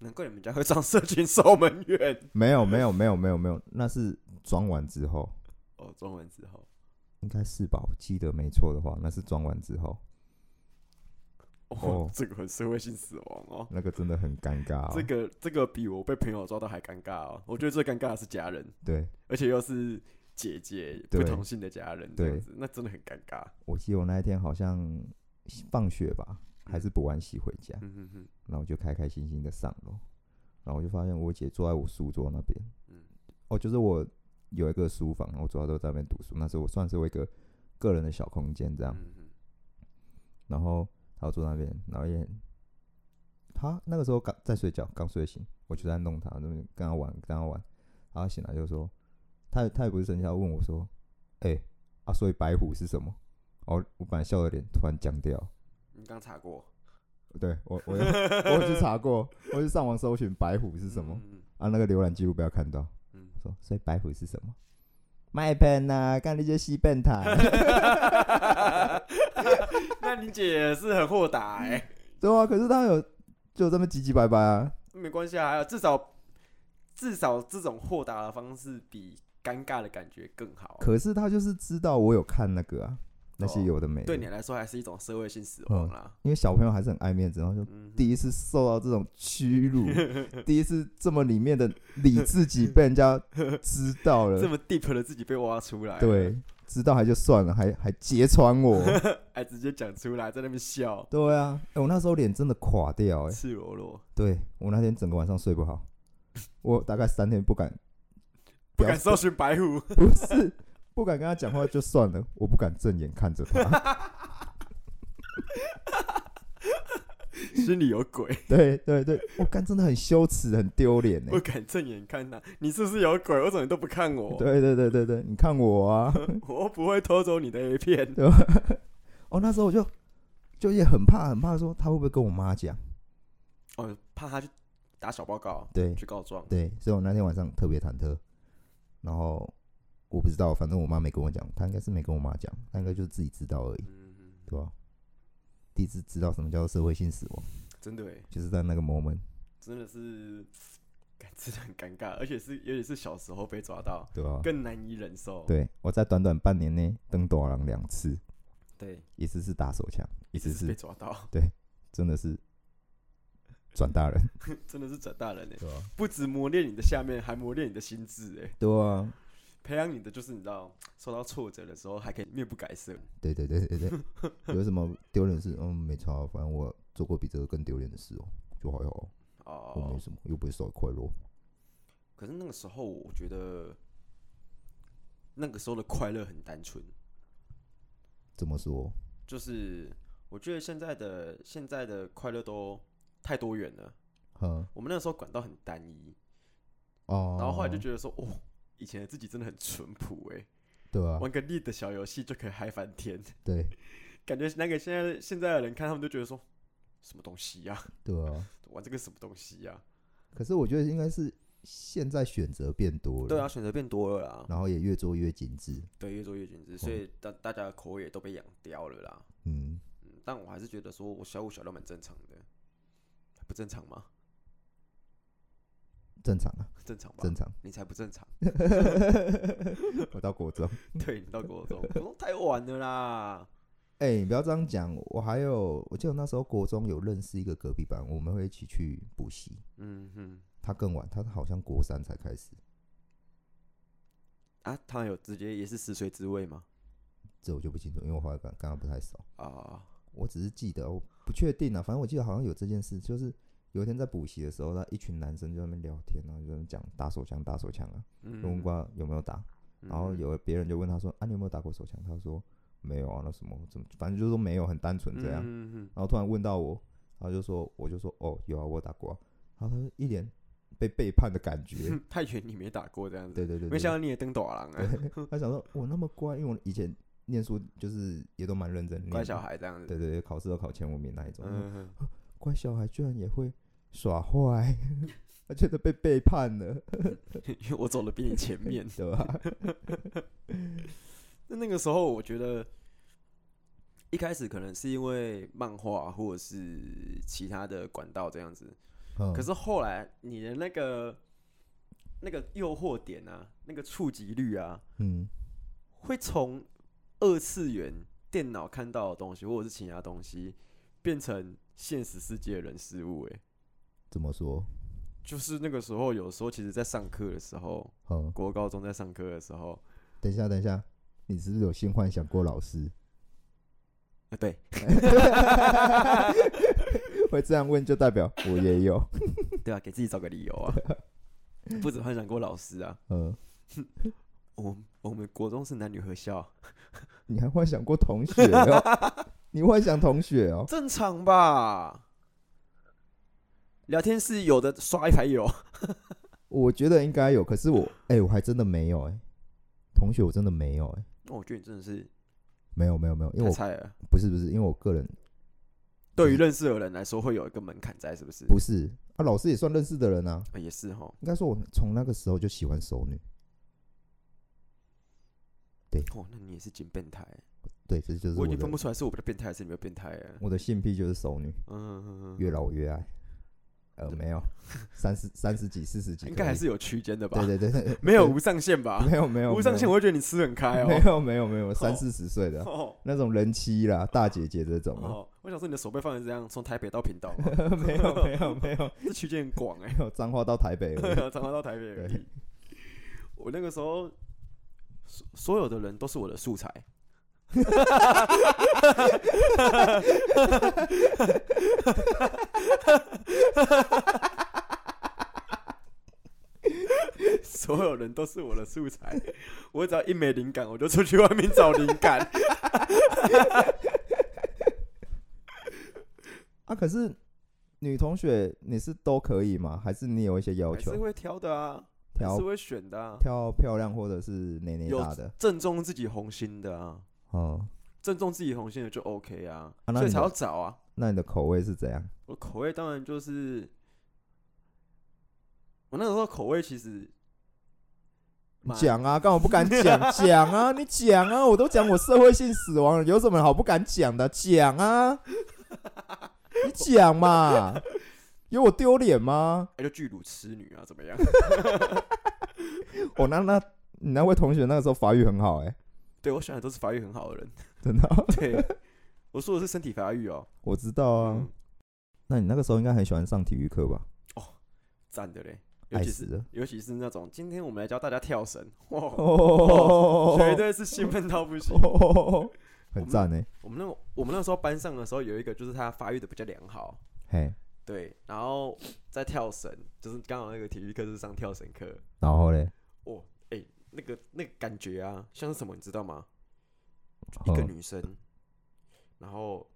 S2: 难怪你们家会上社群守门员。
S1: 没有没有没有没有没有，那是装完之后，
S2: 哦，中文之后，
S1: 应该是吧？我记得没错的话，那是装完之后，
S2: 哦
S1: 哦，
S2: 这个很社会性死亡哦。
S1: 那个真的很尴尬、哦。
S2: 这个这个比我被朋友抓到还尴尬哦！我觉得最尴尬的是家人，
S1: 对
S2: 而且又是姐姐不
S1: 对
S2: 同性的家人这
S1: 对
S2: 样子，那真的很尴尬。
S1: 我记得我那一天好像放学吧，还是补完习回家，
S2: 嗯哼哼，
S1: 然后我就开开心心的上楼，然后我就发现我姐坐在我书桌那边，
S2: 嗯
S1: 哦，就是我有一个书房，然后我主要都在那边读书，那是我算是我一个个人的小空间这样。
S2: 嗯哼，
S1: 然后他坐那边，然后也他那个时候刚在睡觉，刚睡醒，我就在弄他，那边跟他玩，跟他玩，然后醒来就说，他他也不是生气，他问我说，哎、啊，所以白虎是什么？哦，我本来笑的脸突然僵掉，
S2: 你刚查过
S1: 对我 *laughs* 我有我有去查过，我去上网搜寻白虎是什么、
S2: 嗯
S1: 啊，那个浏览记录不要看到，
S2: 嗯
S1: 我说所以白虎是什么？卖笨呐，干那些西笨台。
S2: *laughs* 那你姐也是很豁达哎、
S1: *laughs* 对啊，可是他有就这么唧唧拜拜啊，
S2: 没关系啊，还有至少至少这种豁达的方式比尴尬的感觉更好。啊
S1: 可是他就是知道我有看那个啊，那些
S2: 哦
S1: 有的没的。
S2: 对你来说还是一种社会性死亡啦。
S1: 因为小朋友还是很爱面子，然后就
S2: 嗯，
S1: 第一次受到这种屈
S2: *laughs*
S1: 辱，第一次这么里面的理自己被人家知道
S2: *laughs* 这
S1: 了，
S2: 么 deep 的自己被挖出来，，
S1: 对，知道还就算了，还还揭穿
S2: *laughs*
S1: 我，
S2: 还直接讲出来，在那边笑，
S1: 对啊，哎我那时候脸真的垮掉、哎，
S2: 赤裸裸，
S1: 对我那天整个晚上睡不好，我大概三天不敢，
S2: 不
S1: 要
S2: 敢搜寻白
S1: *laughs*
S2: 虎，
S1: 不
S2: *laughs*
S1: 是不敢跟他讲话就算了，我不敢正眼看着他。
S2: 心里有鬼，
S1: 对对对，我干真的很羞耻，很丢脸欸呢
S2: 不。敢正眼看他，你是不是有鬼？为什么你都不看我？
S1: 对对对对对，你看我 *laughs* 啊，
S2: 我又不会偷走你的 A 片，
S1: 对吧？ *laughs* 哦，那时候我就就也很怕，很怕说他会不会跟我妈讲。
S2: 哦，怕他去打小报告，
S1: 对
S2: 去告状，
S1: 对，所以我那天晚上特别忐忑。然后我不知道，反正我妈没跟我讲，她应该是没跟我妈讲，她应该就是自己知道而已，
S2: 嗯，
S1: 对吧？第一次知道什么叫社会性死亡，
S2: 真的哎，
S1: 就是在那个 moment。
S2: 真的是，感真的很尴尬，而且是尤其是小时候被抓到，
S1: 对吧？
S2: 更难以忍受。
S1: 对，我在短短半年内登短廊两次，
S2: 对，
S1: 一次是打手枪，一
S2: 一
S1: 次
S2: 直是
S1: 是
S2: 被抓到，
S1: 真的 *laughs* 是转大人，
S2: 真的是长大人哎，
S1: 对吧？
S2: 不止磨练你的下面，还磨练你的心智哎，
S1: 对啊，
S2: 培养你的就是你知道，受到挫折的时候还可以面不改色。
S1: 对对对对
S2: *laughs*
S1: 对，有什么丢脸的事？嗯，没差，反正我做过比这个更丢脸的事哦，就还好哦，我
S2: 哦
S1: 没，什么，又不会少一块肉。
S2: 可是那个时候我觉得。那个时候的快乐很单纯，
S1: 怎么说？
S2: 就是我觉得现在的现在的快乐都太多元了。
S1: 嗯，
S2: 我们那时候管道很单一，
S1: 哦，
S2: 然后后来就觉得说，哦，以前的自己真的很淳朴哎、
S1: 对啊，
S2: 玩个 l 的小游戏就可以嗨翻天，
S1: 对
S2: 感觉那个现在现在的人看他们就觉得说，什么东西呀、 *laughs*
S1: 对啊。
S2: 玩这个什么东西呀、
S1: 可是我觉得应该是现在选择变多了，
S2: 对啊，，选择变多了啦，
S1: 然后也越做越精致，
S2: 对，越做越精致，所以大大家的口味也都被养刁了啦。
S1: 嗯，
S2: 嗯，但我还是觉得说我小五小六蛮正常的，不正常吗？ *laughs*
S1: 正常啊，
S2: 正常吧？
S1: 正常。
S2: 你才不正 *laughs* 常。
S1: 我到国中， *laughs*
S2: 对你到国中，国中太晚了啦。
S1: 哎、你不要这样讲，我还有，我记得我那时候国中有认识一个隔壁班，我们会一起去补习，
S2: 嗯哼，
S1: 他更晚，他好像国三才开始，
S2: 啊，他有直接也是食髓知味吗？
S1: 这我就不清楚，因为我后来跟跟他不太熟。
S2: 啊，
S1: 我只是记得，我不确定啊，反正我记得好像有这件事，就是有一天在补习的时候，那一群男生就在那边聊天，然后就在那边讲打手枪、打手枪啊，
S2: 嗯
S1: 就问瓜有没有打，然后有别人就问他说啊，你有没有打过手枪？他说没有啊，那什么怎么，反正就是说没有，很单纯这样。
S2: 嗯
S1: 然后突然问到我，然后就说我就说哦有啊，我有打过、啊，然后他就一脸被背叛的感
S2: *laughs*
S1: 觉，
S2: 哼，嗯太远你没打过这样子，
S1: 对对对
S2: 没
S1: 对
S2: 想到你也登斗狼啊，
S1: 他想说我那么乖，因为我以前念书就是也都蛮认真念的，
S2: 乖小，孩这样子。
S1: 对对对，考试都考前五名那一种，
S2: 嗯哼，
S1: *laughs* 乖小孩居然也会耍坏， *laughs* 他觉得被背叛了，
S2: 因为我走的比你前
S1: *laughs*
S2: 面。
S1: 对吧？
S2: 那那个时候，我觉得一开始可能是因为漫画啊或者是其他的管道这样子，
S1: 嗯
S2: *laughs* 可是后来你的那个那个诱惑点啊，那个触及率啊，
S1: 嗯，
S2: 会从二次元电脑看到的东西，或者是其他东西，变成现实世界的人事物、欸。
S1: 怎么说？
S2: 就是那个时候，有时候其实在上课的时候，
S1: 嗯，
S2: 国高中在上课的时候，
S1: 等一下，等一下，你是不是有性幻想过老师？ *laughs*
S2: 啊，对，
S1: 会这样问就代表我也有。
S2: 对啊，给自己找个理
S1: *laughs*
S2: 由啊。不止幻想过老师啊，
S1: 嗯，
S2: 我我们国中是男女合
S1: *laughs*
S2: 校，
S1: 你还幻想过同学哦？ *laughs* 你幻想同学哦？
S2: 正常吧？聊天室有的刷一排有，
S1: 我觉得应该有，可是我，哎、我还真的没有哎、同学我真的没有哎、
S2: 那哦我觉得你真的是
S1: 没有没有没有，因为
S2: 太
S1: 我
S2: 菜了。
S1: 不是不是，因为我个人
S2: 对于认识的人来说，会有一个门槛在，是不是？
S1: 不是啊，老师也算认识的人啊。
S2: 啊，也是哈。
S1: 应该说，我从那个时候就喜欢熟女。
S2: 哦，那你也是真变态欸。
S1: 对，这就是
S2: 我
S1: 我
S2: 已经分不
S1: 的
S2: 出来是我的变态还是你们的变态了。
S1: 我的性癖就是熟女，
S2: 嗯嗯，嗯
S1: 越老越爱。呃，没有，三十三十几、四十几，
S2: 应该还是有区间的吧？
S1: 对对对对，
S2: 没有无上限
S1: *laughs*
S2: 吧？
S1: 没有没有
S2: 无上限，我会觉得你吃很开
S1: 没
S2: 哦。
S1: 有没有没有三四十岁的
S2: 哦
S1: 那种人妻啦、大姐姐这种啊，
S2: 哦，我想说你的手被放成这样，从台北到屏
S1: *laughs*
S2: 东吗，
S1: 没有没有没有
S2: 这区间很广哎
S1: 没。有脏话到台北而已， *laughs*
S2: 常常到台北而已
S1: 对。
S2: 我那个时候，所所有的人都是我的
S1: *laughs*
S2: 素材。所有人都是我的素材，我只要一没灵感，我就出去外面找灵感。
S1: 啊。可是女同学你是都可以吗？还是你有一些要
S2: 还是
S1: 求？
S2: 会挑的啊，还
S1: 挑
S2: 是会选的啊，
S1: 挑漂亮或者是奶奶
S2: 有
S1: 大的？
S2: 正中自己红心的啊，
S1: 哦，
S2: 正中自己红心的就 OK 啊，
S1: 啊那
S2: 所以
S1: 你
S2: 才
S1: 的
S2: 要找啊。
S1: 那你的口味是怎样？
S2: 我口味当然就是，我那个时候口味其实
S1: 你
S2: 蛮，
S1: 讲啊，干嘛不敢讲？讲
S2: *laughs*
S1: 啊，你讲啊，我都讲我社会性死亡了，有什么好不敢讲的？讲啊，你讲嘛，有我丢脸吗？
S2: 哎、就巨乳痴女啊，
S1: *laughs*
S2: 怎么样？
S1: 我、哦那那你那位同学那个时候发育很好、欸，哎，
S2: 对我选的都是发育很好的人，
S1: *laughs* 真的啊、
S2: 对，我说的是身体发育哦，
S1: 我知道啊。
S2: 嗯，
S1: 那你那个时候应该很喜欢上体育课吧？
S2: 赞的嘞，尤
S1: 爱
S2: 其
S1: 死
S2: 是
S1: 了！
S2: 尤其是那种今天我们来教大家跳绳，哇，
S1: 哦，
S2: 绝对是兴奋到不行。
S1: 哦， *laughs* 很赞呢、
S2: 我们那个我们那时候班上的时候有一个就是他发育的比较良好，
S1: 嘿，
S2: 对，然后在跳绳，就是刚好那个体育课就是上跳绳课，
S1: 然后嘞，
S2: 哦，哎、那个那个感觉啊，像是什么，你知道吗？一个
S1: 嗯
S2: 女生，然后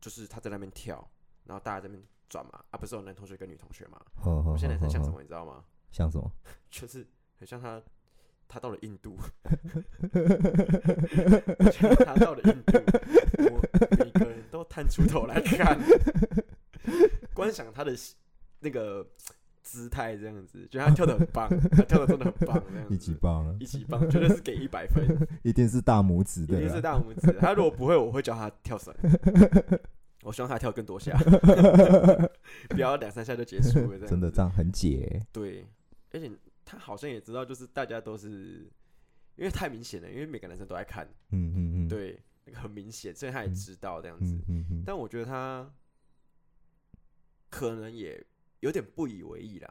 S2: 就是她在那边跳，然后大家在那边转嘛，啊，不是有男同学跟女同学嘛？
S1: 嗯
S2: 我
S1: 嗯
S2: 现在男
S1: 嗯
S2: 生像
S1: 嗯
S2: 什么，你知道吗？
S1: 像什么？
S2: 就是很像他，他到了印度，像他到了印度，我每个人都探出头来看，观想他的西那个姿态，这样子，觉得他跳的很棒，他跳的真的很棒，这样
S1: 一级
S2: 子，
S1: 棒啊，
S2: 一级棒，绝对是给一百分，
S1: *laughs* 一定是大拇指
S2: 一
S1: 的
S2: 定是
S1: 啦，
S2: 大拇指。他如果不会，我会教他
S1: *laughs*
S2: 跳绳。我希望他跳更多下， *laughs* 不要两三下就结束了。这样子
S1: 真的这样很解欸。
S2: 对，而且他好像也知道，就是大家都是因为太明显了，因为每个男生都在看，
S1: 嗯嗯嗯，，
S2: 对，那个很明显，所以他也
S1: 嗯
S2: 知道这样子。
S1: 嗯嗯嗯，
S2: 但我觉得他可能也有点不以为意啦，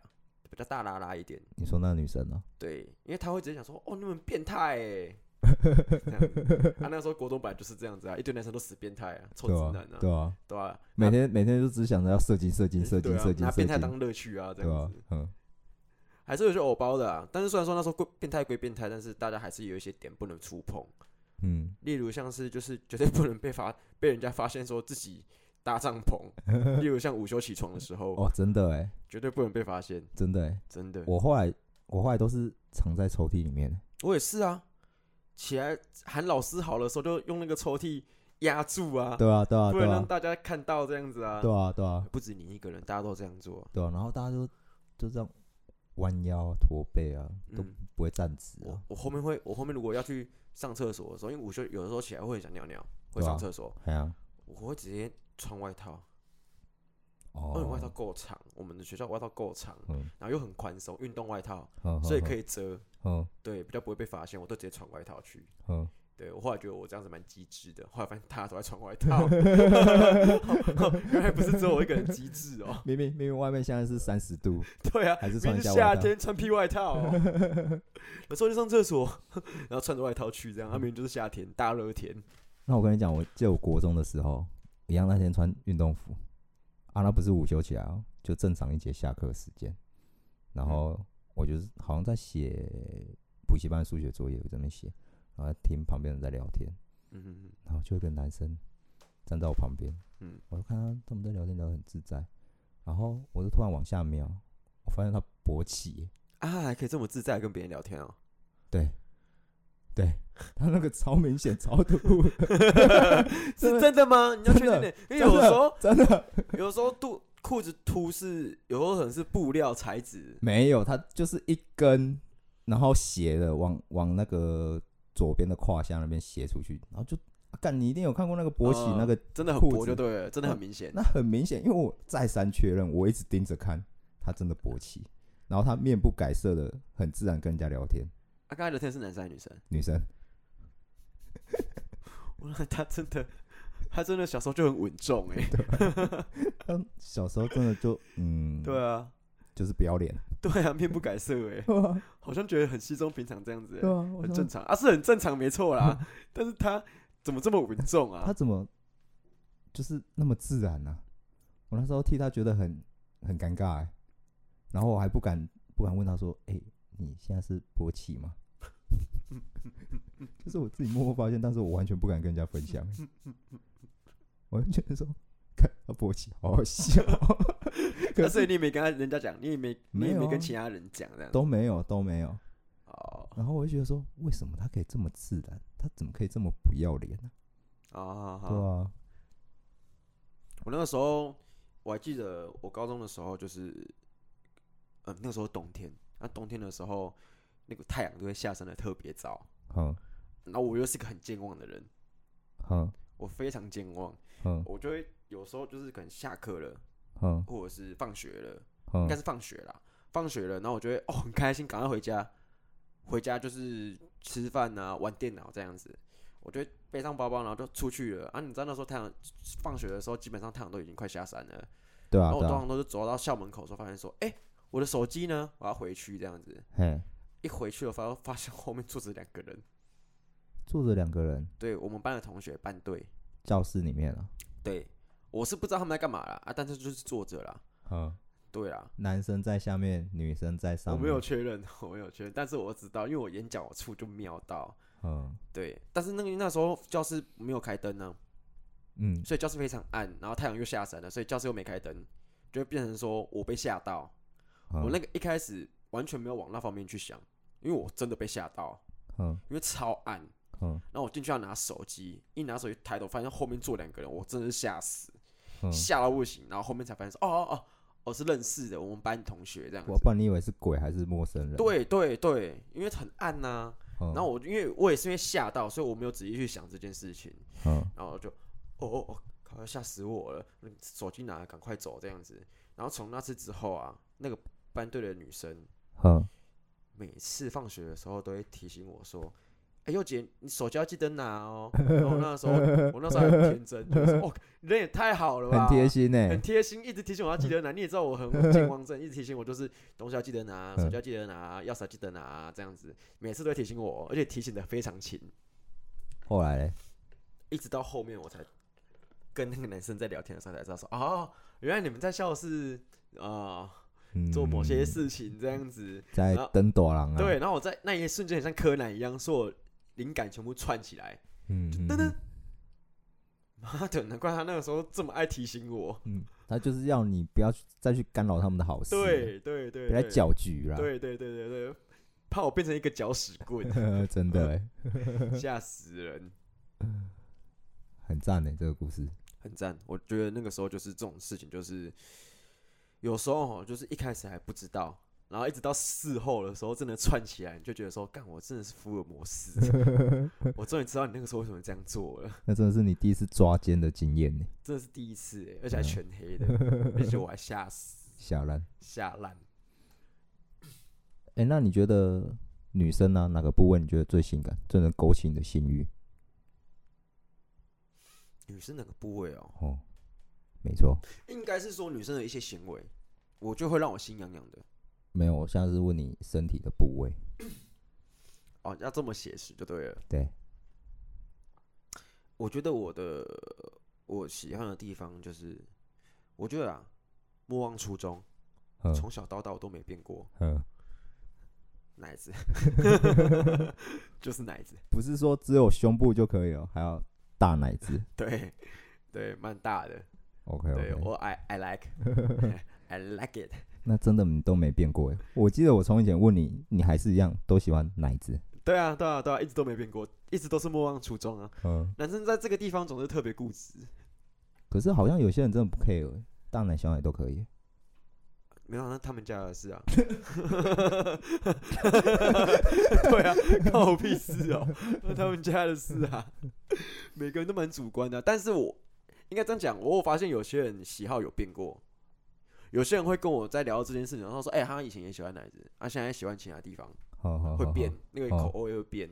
S2: 比较大拉拉一点，
S1: 你说那女生呢？
S2: 对，因为他会直接想说：“哦，你们变态欸！”这样子，啊他、那时候国中本来就是这样子啊，一堆男生都死变态啊，臭
S1: 对
S2: 直
S1: 啊
S2: 男啊，，
S1: 对啊，
S2: 对吧、啊？
S1: 每天每天就只想着要射精射精射
S2: 对
S1: 精
S2: 啊
S1: 射精
S2: 拿
S1: 射
S2: 变态
S1: 精，
S2: 当乐趣啊，这
S1: 对
S2: 样
S1: 啊
S2: 子。，
S1: 嗯，
S2: 还是有些偶包的、啊，但是虽然说那时候归变态归变态，但是大家还是有一些点不能触碰，
S1: 嗯，
S2: 例如像是就是绝对不能被发 *laughs* 被人家发现说自己搭帐篷，
S1: *laughs*
S2: 例如像午休起床的时候，
S1: 哦，真的哎，
S2: 绝对不能被发现，
S1: 真的哎，
S2: 真的。
S1: 我后来我后来都是藏在抽屉里面，
S2: 我也是啊，起来喊老师好的时候就用那个抽屉压住啊，
S1: 对啊对啊
S2: 不
S1: 对
S2: 能
S1: 啊
S2: 让大家看到这样子啊。
S1: 对啊对啊
S2: 不止你一个人，大家都这样做啊。
S1: 对啊，然后大家就就这样弯腰啊驼背啊，都
S2: 嗯，
S1: 不会站直
S2: 我
S1: 啊，
S2: 我后面会，我后面如果要去上厕所的时候，因为午休有的时候起来会很想尿尿，会
S1: 对啊
S2: 上厕所，
S1: 哎呀，
S2: 我会直接穿外套，因为外套
S1: 哦，
S2: 够长，我们的学校外套够长，
S1: 嗯
S2: 然后又很宽松，运动外套，
S1: 嗯，
S2: 所以可
S1: 以，
S2: 以遮，
S1: 嗯
S2: 对，比较不会被发现，我都直接穿外套去。
S1: 嗯，
S2: 对我后来觉得我这样子蛮机智的，后来发现大家都在穿
S1: *laughs*
S2: 外套， *laughs* 原来不是只有我一个人机智哦。
S1: 明明明明外面现在是三十度，
S2: 对啊，
S1: 还是
S2: 明
S1: 穿一
S2: 明
S1: 下
S2: 夏
S1: 外套，
S2: 天穿屁外套、哦， *laughs* 有时候去上厕所，然后穿着外套去，这样，啊、明明就是夏天，大热天，
S1: 那我跟你讲，我记得我国中的时候，一样那天穿运动服，啊，那不是午休起来哦，就正常一节下课时间。然后我就是好像在写补习班数学作业，我在那边写，然后听旁边人在聊天，
S2: 嗯，
S1: 然后就有一个男生站在我旁边，
S2: 嗯
S1: 我就看他他们在聊天聊得很自在，然后我就突然往下瞄，我发现他勃起耶，
S2: 啊，还可以这么自在地跟别人聊天哦。
S1: 对，对他那个超明显超突兀，
S2: *laughs* 是真的吗？你要确定
S1: 真
S2: 点
S1: 的，
S2: 因为有时候
S1: 真的真的
S2: 有时候肚裤子凸是，有时候可能是布料材质，
S1: 没有，它就是一根，然后斜的往往那个左边的胯下那边斜出去，然后就啊干、你一定有看过那个勃起
S2: 嗯
S1: 那个，
S2: 真的很
S1: 裤
S2: 薄
S1: 子哦
S2: 就对了，真的很明显。
S1: 那很明显，因为我再三确认，我一直盯着看，他真的勃起，然后他面不改色的，很自然跟人家聊天，
S2: 他啊刚才聊天是男生还是女生？
S1: 女 *laughs* 生
S2: 哇，他真的，他真的小时候就很稳重哎。
S1: 嗯，小时候真的就嗯，
S2: 对啊，
S1: 就是不要脸，
S2: 对啊，面不改色哎，
S1: 对啊，
S2: 好像觉得很稀松平常这样子
S1: 对
S2: 欸，
S1: 啊，
S2: 很正常啊，是很正常没错
S1: *laughs*
S2: 啦。但是他怎么这么稳重
S1: 他
S2: 啊？
S1: 怎么就是那么自然呢、我那时候替他觉得很很尴尬、欸，然后我还不敢不敢问他说：“哎、你现在是勃起吗？” *laughs* 就是我自己默默发现，但是我完全不敢跟人家分享
S2: *laughs*
S1: 欸、我就觉得说，看他勃起好好笑， *laughs* 可
S2: 但
S1: 是
S2: 是啊你也没跟他人家讲，你也没，你
S1: 没
S2: 也
S1: 有
S2: 没跟
S1: 啊
S2: 其他人讲这样子。
S1: 都没有都没有。
S2: 哦
S1: 然后我就觉得说，为什么他可以这么自然？他怎么可以这么不要脸呢、
S2: 哦，好
S1: 对啊，
S2: 我那个时候我还记得，我高中的时候就是，呃，那时候冬天，那、冬天的时候，那个太阳就会下山的特别早。
S1: 哼
S2: 然后我又是个很健忘的人，
S1: 哼
S2: 我非常健忘，
S1: 哼
S2: 我就会有时候就是可能下课了，
S1: 哼
S2: 或者是放学了，应该
S1: 哼，
S2: 是放学啦，放学了，然后我就会哦很开心，赶快回家，回家就是吃饭啊，玩电脑这样子。我就会背上包包，然后就出去了啊！你知道那时候太阳放学的时候，基本上太阳都已经快下山了，
S1: 对
S2: 然
S1: 啊
S2: 后我
S1: 对
S2: 通
S1: 啊，
S2: 常都是走到校门口的时候，发现说，哎、我的手机呢？我要回去这样子。
S1: 嘿。
S2: 一回去我发发现 *laughs* 后面坐着两个人，
S1: 坐着两个人，
S2: 对我们班的同学班队，
S1: 教室里面啊，
S2: 对我是不知道他们在干嘛啦啊，但是就是坐着啦。
S1: 嗯，
S2: 对啦，
S1: 男生在下面，女生在上
S2: 我
S1: 面。嗯
S2: 没有，确认， *laughs* 我没有确认，但是我知道，因为我眼角处就瞄到，
S1: 嗯
S2: 对，但是那个那时候教室没有开灯呢、
S1: 嗯，
S2: 所以教室非常暗，然后太阳又下山了，所以教室又没开灯，就会变成说我被吓到，我那
S1: 个
S2: 个一开始完全没有往那方面去想，因为我真的被吓到，
S1: 嗯
S2: 因为超暗，
S1: 嗯
S2: 然后我进去要拿手机，一拿手机抬头发现后面坐两个人，我真的是吓死，
S1: 嗯，
S2: 吓到不行，然后后面才发现说哦哦哦，我是认识的，我们班同学这样
S1: 我
S2: 子，
S1: 不然你以为是鬼还是陌生人？，
S2: 对对对，因为很暗呐、
S1: 嗯、
S2: 然后我因为我也是因为吓到，所以我没有仔细去想这件事情，
S1: 嗯
S2: 然后我就哦哦哦，靠，吓死我了！嗯手机拿，赶快走这样子。然后从那次之后啊，那个班队的女生
S1: 嗯，
S2: 每次放学的时候都会提醒我说：“哎、呦姐，你手机要记得拿哦。”然后那时候我那时候还很天真，我就说：“哦，人也太好了吧，
S1: 很贴心呢、
S2: 啊
S1: 欸
S2: 很贴心，一直提醒我要记得拿。你也知道我很健忘症，一直提醒我就是东西要记得拿，手机要记得拿，钥匙要记得拿，这样子，每次都会提醒我，而且提醒的非常勤。
S1: 后来嘞，
S2: 一直到后面我才跟那个男生在聊天的时候才知道说，哦，原来你们在校是呃
S1: 嗯，
S2: 做某些事情这样子。
S1: 在
S2: 然后
S1: 登朵郎啊，
S2: 对，，然后我在那一瞬间很像柯南一样，所有灵感全部串起来， *laughs*
S1: 嗯，嗯
S2: 噔噔
S1: 嗯。
S2: 妈的，难怪他那个时候这么爱提醒我。
S1: 嗯，他就是要你不要去再去干扰他们的好事，，
S2: 对对对，
S1: 别来
S2: 对
S1: 搅局啦，，
S2: 对对对对对，怕我变成一个搅屎棍
S1: *laughs* 真的、欸，
S2: 吓死人！
S1: 很赞呢、欸这个故事，
S2: 很赞，我觉得那个时候就是这种事情，就是有时候哦，就是一开始还不知道，然后一直到事后的时候，真的串起来，你就觉得说，干，我真的是福尔摩斯， *laughs* 我终于知道你那个时候为什么这样做了，
S1: 那真的是你第一次抓奸的经验欸呢、
S2: 真的是第一次欸，而且还全黑的，而且我还吓死
S1: 小兰。
S2: 吓烂。
S1: 哎、那你觉得女生呢、哪个部位你觉得最性感，最能勾起你的性欲？
S2: 女生哪个部位哦？
S1: 哦，没错，
S2: 应该是说女生的一些行为，我就会让我心痒痒的。
S1: 没有，我现在是问你身体的部位。
S2: 哦，要这么写实就对了。
S1: 对，
S2: 我觉得我的我喜欢的地方就是，我觉得啊，莫忘初衷，
S1: 嗯
S2: 从小到大我都没变过，
S1: 嗯，*laughs*
S2: 奶子，就是奶子，
S1: 不是说只有胸部就可以了，还要大奶子。
S2: 对对，蛮大的，
S1: OK *laughs*
S2: 对
S1: OK，
S2: 我 I I like *laughs* I like it，
S1: 那真的你都没变过哎。我记得我从以前问你，你还是一样都喜欢奶子。
S2: 对啊对啊对啊，一直都没变过，一直都是莫忘初衷啊。
S1: 嗯，
S2: 男生在这个地方总是特别固执，
S1: 可是好像有些人真的不 care，欸大奶小奶都可以欸。
S2: 没有，那他们家的 *laughs* 事啊。对啊，关我屁事哦，那他们家的事啊。每个人都蛮主观的啊、但是我应该这样讲，我有发现有些人喜好有变过，有些人会跟我在聊这件事情，然后说：“哎、他以前也喜欢奶子，他、现在喜欢其他地方，
S1: 好好
S2: 会变，那个口
S1: 哦
S2: 味会变。”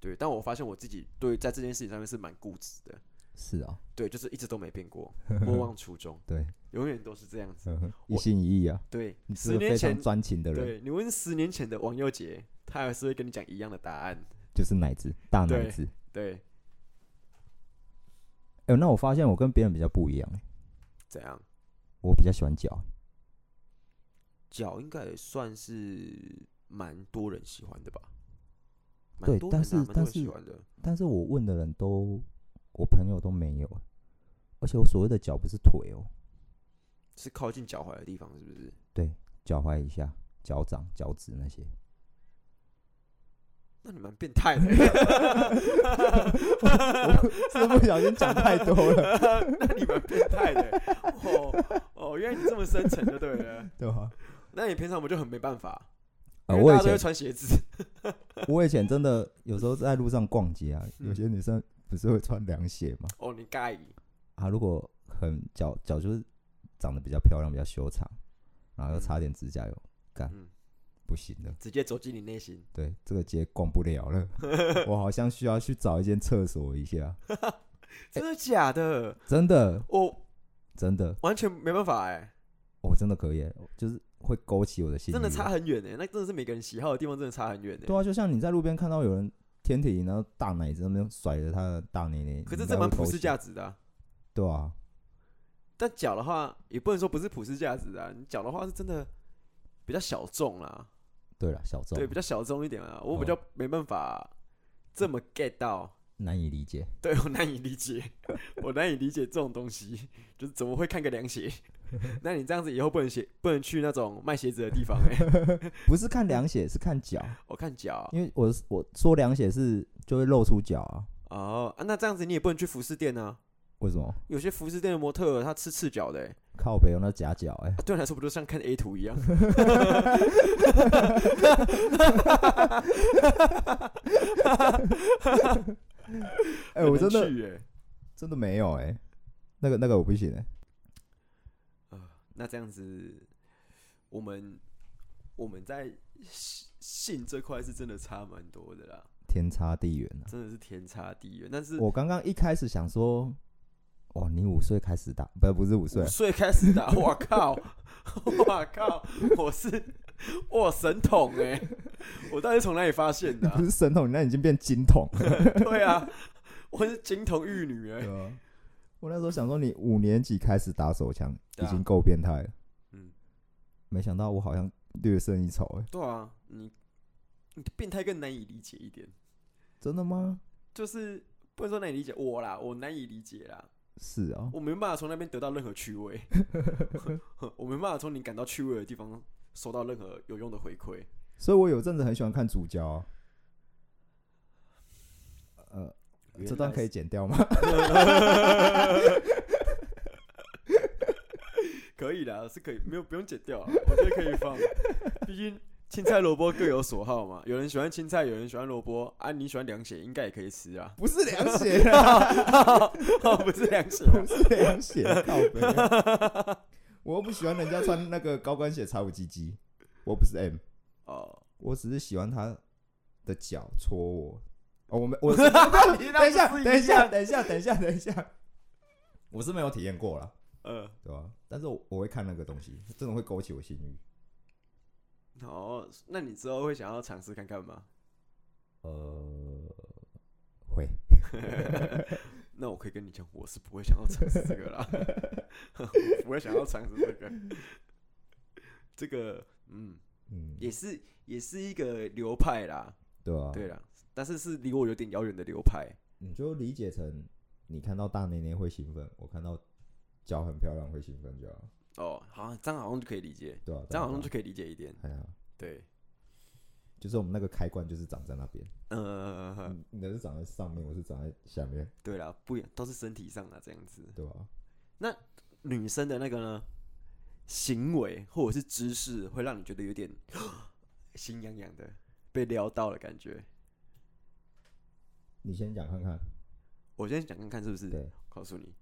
S2: 对，但我发现我自己对在这件事情上面是蛮固执的，
S1: 是啊，
S2: 对，就是一直都没
S1: *laughs*
S2: 变过，莫忘初衷，
S1: 对，
S2: 永远都是这样子。
S1: 呵呵一
S2: 我
S1: 心一意啊。
S2: 对
S1: 你，是
S2: 十
S1: 个
S2: 年
S1: 非
S2: 前
S1: 常专情的人，
S2: 对你问十年前的王佑杰，他还是会跟你讲一样的答案。
S1: 就是奶子，大奶
S2: 对
S1: 子。
S2: 对，
S1: 哎、那我发现我跟别人比较不一样欸，
S2: 怎样？
S1: 我比较喜欢脚。
S2: 脚应该也算是蛮多人喜欢的吧？蛮
S1: 对
S2: 多
S1: 但
S2: 人啊
S1: 是
S2: 蛮多
S1: 但
S2: 人喜
S1: 是
S2: 欢的。
S1: 但是我问的人都，我朋友都没有欸，而且我所谓的脚不是腿哦，
S2: 是靠近脚踝的地方，是不是？
S1: 脚踝以下、脚掌、脚趾那
S2: *laughs*
S1: 些。
S2: 那你蛮变态的，
S1: 是不小心讲太多了，
S2: *laughs* 那你蛮变态的。哦哦，原来你这么深沉就对了。
S1: 对
S2: *laughs*
S1: 吧？
S2: 那你平常不就很没办法？
S1: 呃，
S2: 因为
S1: 我以
S2: 大家都
S1: 前
S2: 会穿鞋子，
S1: 我以前真的有时候在路上逛街啊，有
S2: 嗯
S1: 些女生不是会穿凉鞋嘛？
S2: 哦，你盖
S1: 啊，如果很脚脚就是长得比较漂亮、比较修长，然后又擦点指甲油，干、
S2: 嗯
S1: 不行的。
S2: 直接走进你内心。
S1: 对，这个街逛不了 *laughs* 了，我好像需要去找一间厕所一下。
S2: 真的假的？
S1: 真的，
S2: 我
S1: 真的，
S2: 完全没办法哎、
S1: 我真的可以耶，就是会勾起我的兴趣。
S2: 真的差很远欸呢、那真的是每个人喜好的地方，真的差很远呢、欸
S1: 对啊，就像你在路边看到有人天体，然后大奶子那边甩着他的大奶奶，
S2: 可是
S1: 你
S2: 这
S1: 才
S2: 蛮
S1: 会
S2: 普
S1: 勾
S2: 世
S1: 起
S2: 价值的啊、
S1: 对啊，
S2: 但脚的话，也不能说不是普世价值啊。你脚的话是真的比较小众啦，
S1: 对了，小众
S2: 对，比较小众一点啊。我比较没办法这么 get 到，
S1: 难以理解，
S2: 对我难以理解， *laughs* 我难以理解这种东西，就是怎么会看个凉鞋？ *laughs* 那你这样子以后不能鞋，不能去那种卖鞋子的地方哎、
S1: 不是看凉鞋，是看脚，
S2: *laughs* 我看脚啊
S1: 因为我我说凉鞋是就会露出脚啊，
S2: 哦、啊，那这样子你也不能去服饰店啊。
S1: 为什么？
S2: 有些服饰店的模特儿他吃赤脚的、欸，
S1: 靠北有那夹脚哎 *laughs*
S2: 啊，对我来说不就像看 A 图一样？
S1: 哎，
S2: 很
S1: 我真
S2: 难
S1: 的
S2: 去欸
S1: 真的没有哎、那个那个我不行哎、
S2: 啊那这样子，我们我们在性性这块是真的差蛮多的啦，
S1: 天差地远啊！
S2: 真的是天差地远。但是
S1: 我刚刚一开始想说，哦，你五岁开始打，不不是五岁啊
S2: 五，岁开始打，我靠，我靠，我是我神童哎、我到底从哪里发现的啊、
S1: *laughs* 不是神童，你那已经变金童了。
S2: 对啊，我是金童玉女哎、
S1: 对啊我那时候想说，你五年级开始打手枪，
S2: 对
S1: 已
S2: 啊
S1: 经够变态了。
S2: 嗯
S1: 没想到我好像略胜一筹哎、
S2: 对啊，你你的变态更难以理解一点，
S1: 真的吗？
S2: 就是不能说难以理解我啦，我难以理解啦。
S1: 是啊、
S2: 我没办法从那边得到任何趣味， *laughs* 我没办法从你感到趣味的地方收到任何有用的回馈。
S1: 所以我有阵子很喜欢看主角、啊。呃，这段可以剪掉吗？。
S2: *laughs* 可以的，是可以，没有不用剪掉啊，我觉得可以放，毕竟青菜萝卜各有所好嘛，有人喜欢青菜，有人喜欢萝卜，啊，你喜欢凉鞋，应该也可以吃啊 *laughs*
S1: 不是凉鞋啊，
S2: 不是凉鞋啊，
S1: 不是凉鞋，靠背。 *laughs* 我又不喜欢人家穿那个高跟鞋踩我鸡鸡，我不是哎 M，
S2: 哦，
S1: 我只是喜欢他的脚戳我。哦，我们
S2: *laughs*
S1: 我
S2: 你那
S1: 等一下，
S2: 不是
S1: 等一下，，等一下，等一下，等一下，我是没有体验过啦，
S2: 呃，
S1: 对吧、但是我我会看那个东西，真的会勾起我性欲。
S2: 哦，那你之后会想要尝试看看吗？ *laughs*
S1: 呃，会，
S2: 那我可以跟你讲，我是不会想要尝试这个啦， *laughs* 我不会想要尝试这个。这个，嗯，
S1: 嗯，
S2: 也是也是一个流派啦，
S1: 对吧、啊？
S2: 对啦，但是是离我有点遥远的流派。
S1: 你就理解成你看到大内内会兴奋，我看到脚很漂亮会兴奋就好，
S2: 哦，好，这样好像就可以理解，
S1: 对吧、啊？
S2: 这样好像就
S1: 对啊
S2: 可以理解一点。
S1: 哎呀，
S2: 对，
S1: 就是我们那个开关就是长在那边，
S2: 呃，
S1: 你你的是长在上面，我是长在下面，
S2: 对啦，不一样，都是身体上啊，这样子。
S1: 对吧、
S2: 女生的那个呢，行为或者是姿势，会让你觉得有点心痒痒的，被撩到的感觉。
S1: 你先讲看看，
S2: 我先讲看看是不是？
S1: 对，
S2: 告诉你，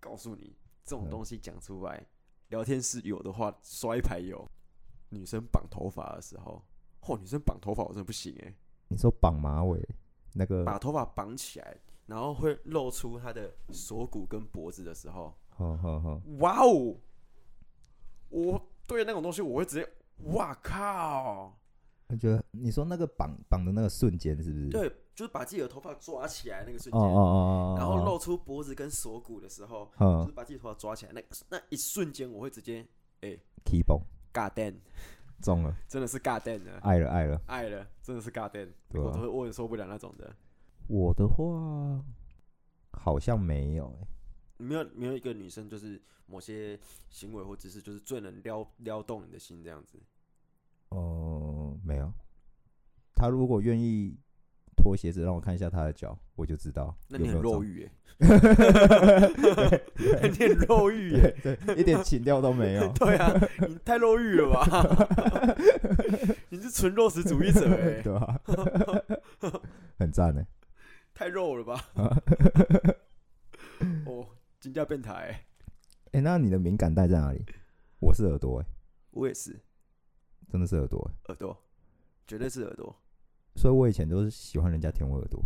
S2: 告诉你，这种
S1: 嗯
S2: 东西讲出来，聊天室有的话刷一排有。女生绑头发的时候，哦，女生绑头发我真的不行哎、
S1: 你说绑马尾那个
S2: 把头发绑起来，然后会露出她的锁骨跟脖子的时候，
S1: 好好好，
S2: 哇哦！我对那种东西我会直接，哇靠！
S1: 我觉得你说那个绑绑的那个瞬间是不是？
S2: 对，就是把自己的头发抓起来那个瞬
S1: 哦，
S2: 间，
S1: 哦哦哦哦，
S2: 然后露出脖子跟锁骨的时候，就
S1: 嗯
S2: 是把自己头发抓起来，那那一瞬间我会直接
S1: key 绷
S2: god damn，
S1: 中了，
S2: 真的是 god damn 的，
S1: 爱了爱了，
S2: 爱了，真的是 god damn，
S1: 对啊
S2: 我
S1: 吧、
S2: 都会我很受不了那种的。
S1: 我的话好像没有、欸，
S2: 没有没有一个女生就是某些行为或姿势，就是最能撩撩动你的心这样子。
S1: 哦、没有。他如果愿意脱鞋子让我看一下他的脚，我就知道
S2: 那
S1: 有
S2: 你
S1: 没
S2: 很
S1: 有
S2: 肉
S1: 中。
S2: 欲
S1: *laughs*
S2: 耶，你很肉欲耶，。
S1: 对，一点情调都没有
S2: 对啊，你太肉欲
S1: *laughs*
S2: 了吧？你是纯肉食主义者哎，
S1: 对吧？很赞呢、
S2: 太肉了吧？哦，金价变态欸，
S1: 哎、那你的敏感带在哪里？我是耳朵、欸，
S2: 我也是
S1: 真的是耳朵、欸，
S2: 耳朵，绝对是耳朵。
S1: 所以我以前都是喜欢人家舔我耳朵，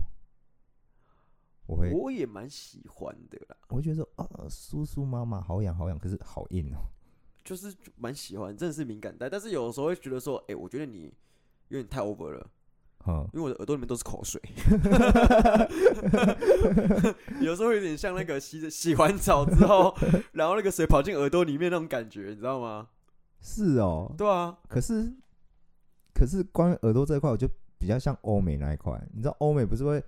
S1: 我会
S2: 我也蛮喜欢的啦，
S1: 我会觉得说啊，叔叔妈妈好痒好痒，可是好硬哦、
S2: 就是蛮喜欢，真的是敏感带。但是有时候会觉得说，哎、我觉得你有点太 over 了，
S1: 嗯，
S2: 因为我的耳朵里面都是口水， *laughs* 有时候有点像那个洗洗完澡之后，然后那个水跑进耳朵里面那种感觉，你知道吗？
S1: 是哦。
S2: 对啊，
S1: 可是，可是关于耳朵这一块，我就比较像欧美那一块。你知道欧美不是会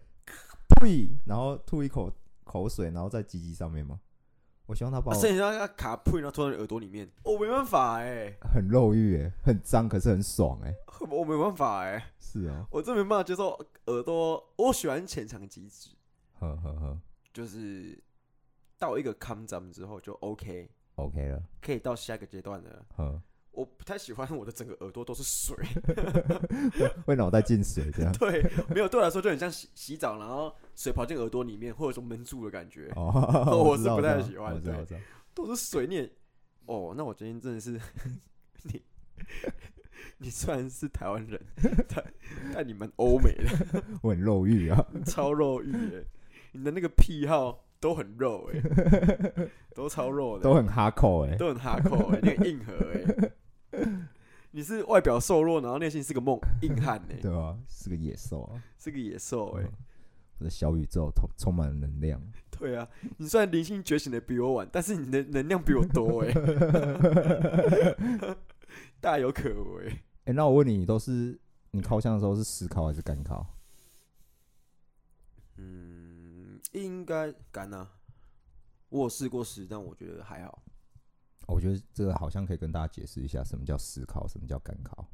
S1: 呸，然后吐一口口水，然后在鸡鸡上面吗？我希望他把
S2: 啊
S1: 我
S2: 甚至让它卡噗，然后拖到你耳朵里面，我没办法哎、
S1: 很肉欲哎，很脏，可是很爽哎。
S2: 我没办法哎、
S1: 是哦，
S2: 我真没办法接受耳朵，我喜欢浅尝即止，
S1: 呵呵呵
S2: 就是到一个康咱们之后就 OK，
S1: ，OK 了，
S2: 可以到下一个阶段了。
S1: 呵，
S2: 我不太喜欢我的整个耳朵都是水，。
S1: 会脑袋进水这样
S2: 对，没有对我来说就很像洗洗澡，然后水跑进耳朵里面，或者说闷住的感觉，
S1: 哦，
S2: *laughs* 我
S1: 知
S2: 是
S1: 道我
S2: 不
S1: 知
S2: 太
S1: 道
S2: 喜欢
S1: 我知道，
S2: 对
S1: 我知道。
S2: 都是水你也。哦，那我今天真的是 *laughs* 你， *laughs* 你虽然是台湾人，但但你们欧美的
S1: 我很肉欲啊，
S2: 超肉欲哎、你的那个癖好都很肉哎、都超肉的，
S1: 都很哈口哎。
S2: 都很哈口、欸，你很硬核哎、你是外表瘦弱，然后内心是个梦硬汉哎、
S1: 对吧？是个野兽啊！
S2: 是个野兽哎、
S1: 嗯我的小宇宙充充满了能量，
S2: 对啊，你虽然灵性觉醒的比我晚，但是你的能量比我
S1: *laughs*
S2: 多哎、大有可为。
S1: 哎、那我问你，你都是你烤箱的时候是湿烤还是干烤？
S2: 嗯，应该干啊。我有试过湿，但我觉得还好。
S1: 哦我觉得这个好像可以跟大家解释一下，什么叫湿烤，什么叫干烤。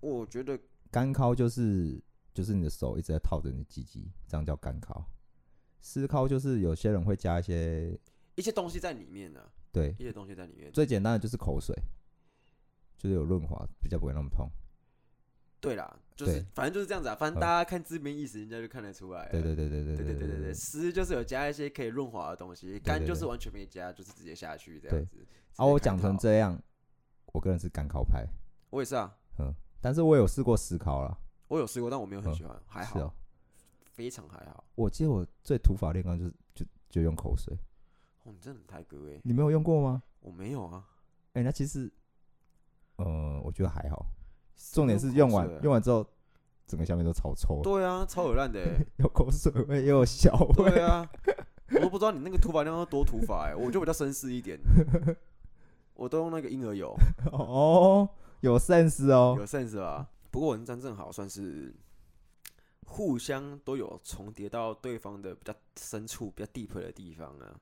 S2: 我觉得
S1: 干烤就是就是你的手一直在套着你的鸡鸡，这样叫干烤。湿烤就是有些人会加一些，
S2: 一些东西在里面呢、啊，
S1: 对，
S2: 一些东西在里面。
S1: 最简单的就是口水，就是有润滑，比较不会那么痛。
S2: 对啦，就是
S1: 对
S2: 反正就是这样子啊。反正
S1: 嗯
S2: 大家看字面意思，人家就看得出来了。
S1: 对对对对对
S2: 对
S1: 对
S2: 对对对对，湿就是有加一些可以润滑的东西，干
S1: 对
S2: 就是
S1: 对
S2: 完全没加，就是直接下去这样
S1: 对
S2: 子。
S1: 啊，我讲成，这样，我个人是干烤派，
S2: 我也是啊，
S1: 但是我有试过湿烤了，
S2: 我有试过，但我没有很
S1: 嗯
S2: 喜欢，还
S1: 是哦
S2: 好，。非常还好。
S1: 我记得我最土法炼钢就是就就用口水，
S2: 哦，你真的很台哥哎，
S1: 你没有用过吗？
S2: 我没有啊。
S1: 哎、那其实，呃，我觉得还好。重点是用完
S2: 口水
S1: 用完之后，整个下面都超臭，
S2: 对啊，超恶烂
S1: *laughs*
S2: 的欸。
S1: 有口水味，也有小味。
S2: 对啊， *laughs* 我都不知道你那个涂法量要多涂法哎，我就比较绅士一
S1: *laughs*
S2: 点，我都用那个婴儿油，
S1: 哦，有 sense 哦
S2: 有。sense 吧？不过我跟张正好算是互相都有重叠到对方的比较深处、比较 deep 的地方啊。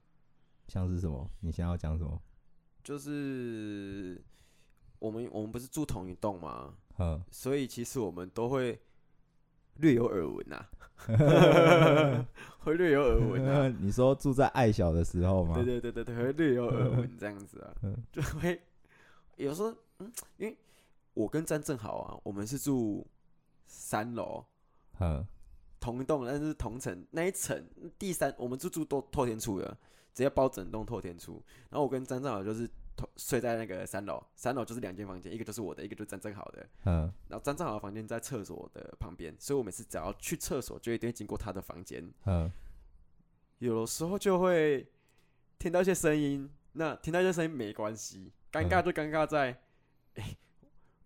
S1: 像是什么？你想要讲什么？
S2: 就是我们我们不是住同一栋吗？
S1: 嗯，
S2: 所以其实我们都会略有耳
S1: *laughs*
S2: 闻呐、会略有耳闻啊。
S1: 你说住在爱小的时候吗？
S2: 对对对对对，会略有耳闻这样子啊
S1: 啊嗯，
S2: 就会有时候，嗯，因为我跟詹正好啊，我们是住三楼
S1: 嗯，
S2: 同一栋，但是同层那一层第三，我们是住透透天处的，直接包整栋透天处。然后我跟詹正好就是同睡在那个三楼，三楼就是两间房间，一个就是我的，一个就是詹正好的。
S1: 嗯，
S2: 然后詹正好的房间在厕所的旁边，所以我每次只要去厕所，就一定会经过他的房间。
S1: 嗯，
S2: 有的时候就会听到一些声音，那听到一些声音没关系，尴尬就尴尬在，诶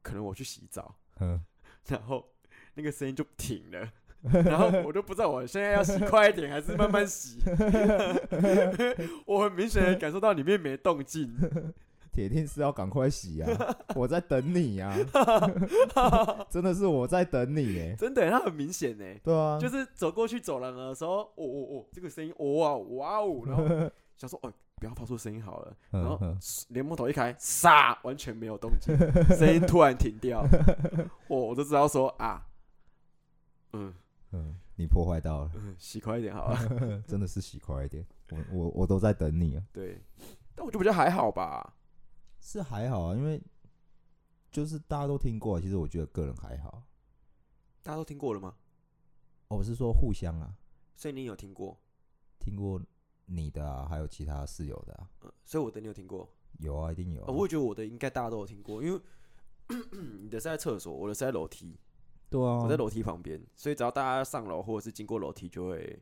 S2: 可能我去洗澡，
S1: 嗯，
S2: 然后那个声音就停了，然后我就不知道我现在要洗快一点还是慢慢洗，我很明显的感受到里面没动静，
S1: 铁定是要赶快洗啊！
S2: *laughs*
S1: 我在等你啊！真的是我在等你耶。
S2: 真的，它很明显呢、
S1: 对啊，
S2: 就是走过去走廊的时候，哦哦哦，这个声音，哦哇哦哇哦，然后想说，哦，不要发出声音好了，
S1: 嗯
S2: 然后
S1: 嗯
S2: 连木头一开，杀，完全没有动静，声音突然停掉，哦我我就知道说啊，嗯
S1: 嗯，你破坏到了。
S2: 嗯，洗快一点好了，
S1: 真的是洗快一点，我我我都在等你啊。
S2: 对，但我就比较还好吧，
S1: 是还好啊，因为就是大家都听过啊，其实我觉得个人还好。
S2: 大家都听过了吗？
S1: 哦，我是说互相啊，
S2: 所以你有听过，
S1: 听过你的啊，还有其他室友的啊，
S2: 嗯，所以我的你有听过，
S1: 有啊，一定有啊。
S2: 哦我也觉得我的应该大家都有听过，因为你的是在厕所，我的是在楼梯，
S1: 对啊，
S2: 我在楼梯旁边，所以只要大家上楼或者是经过楼梯，就会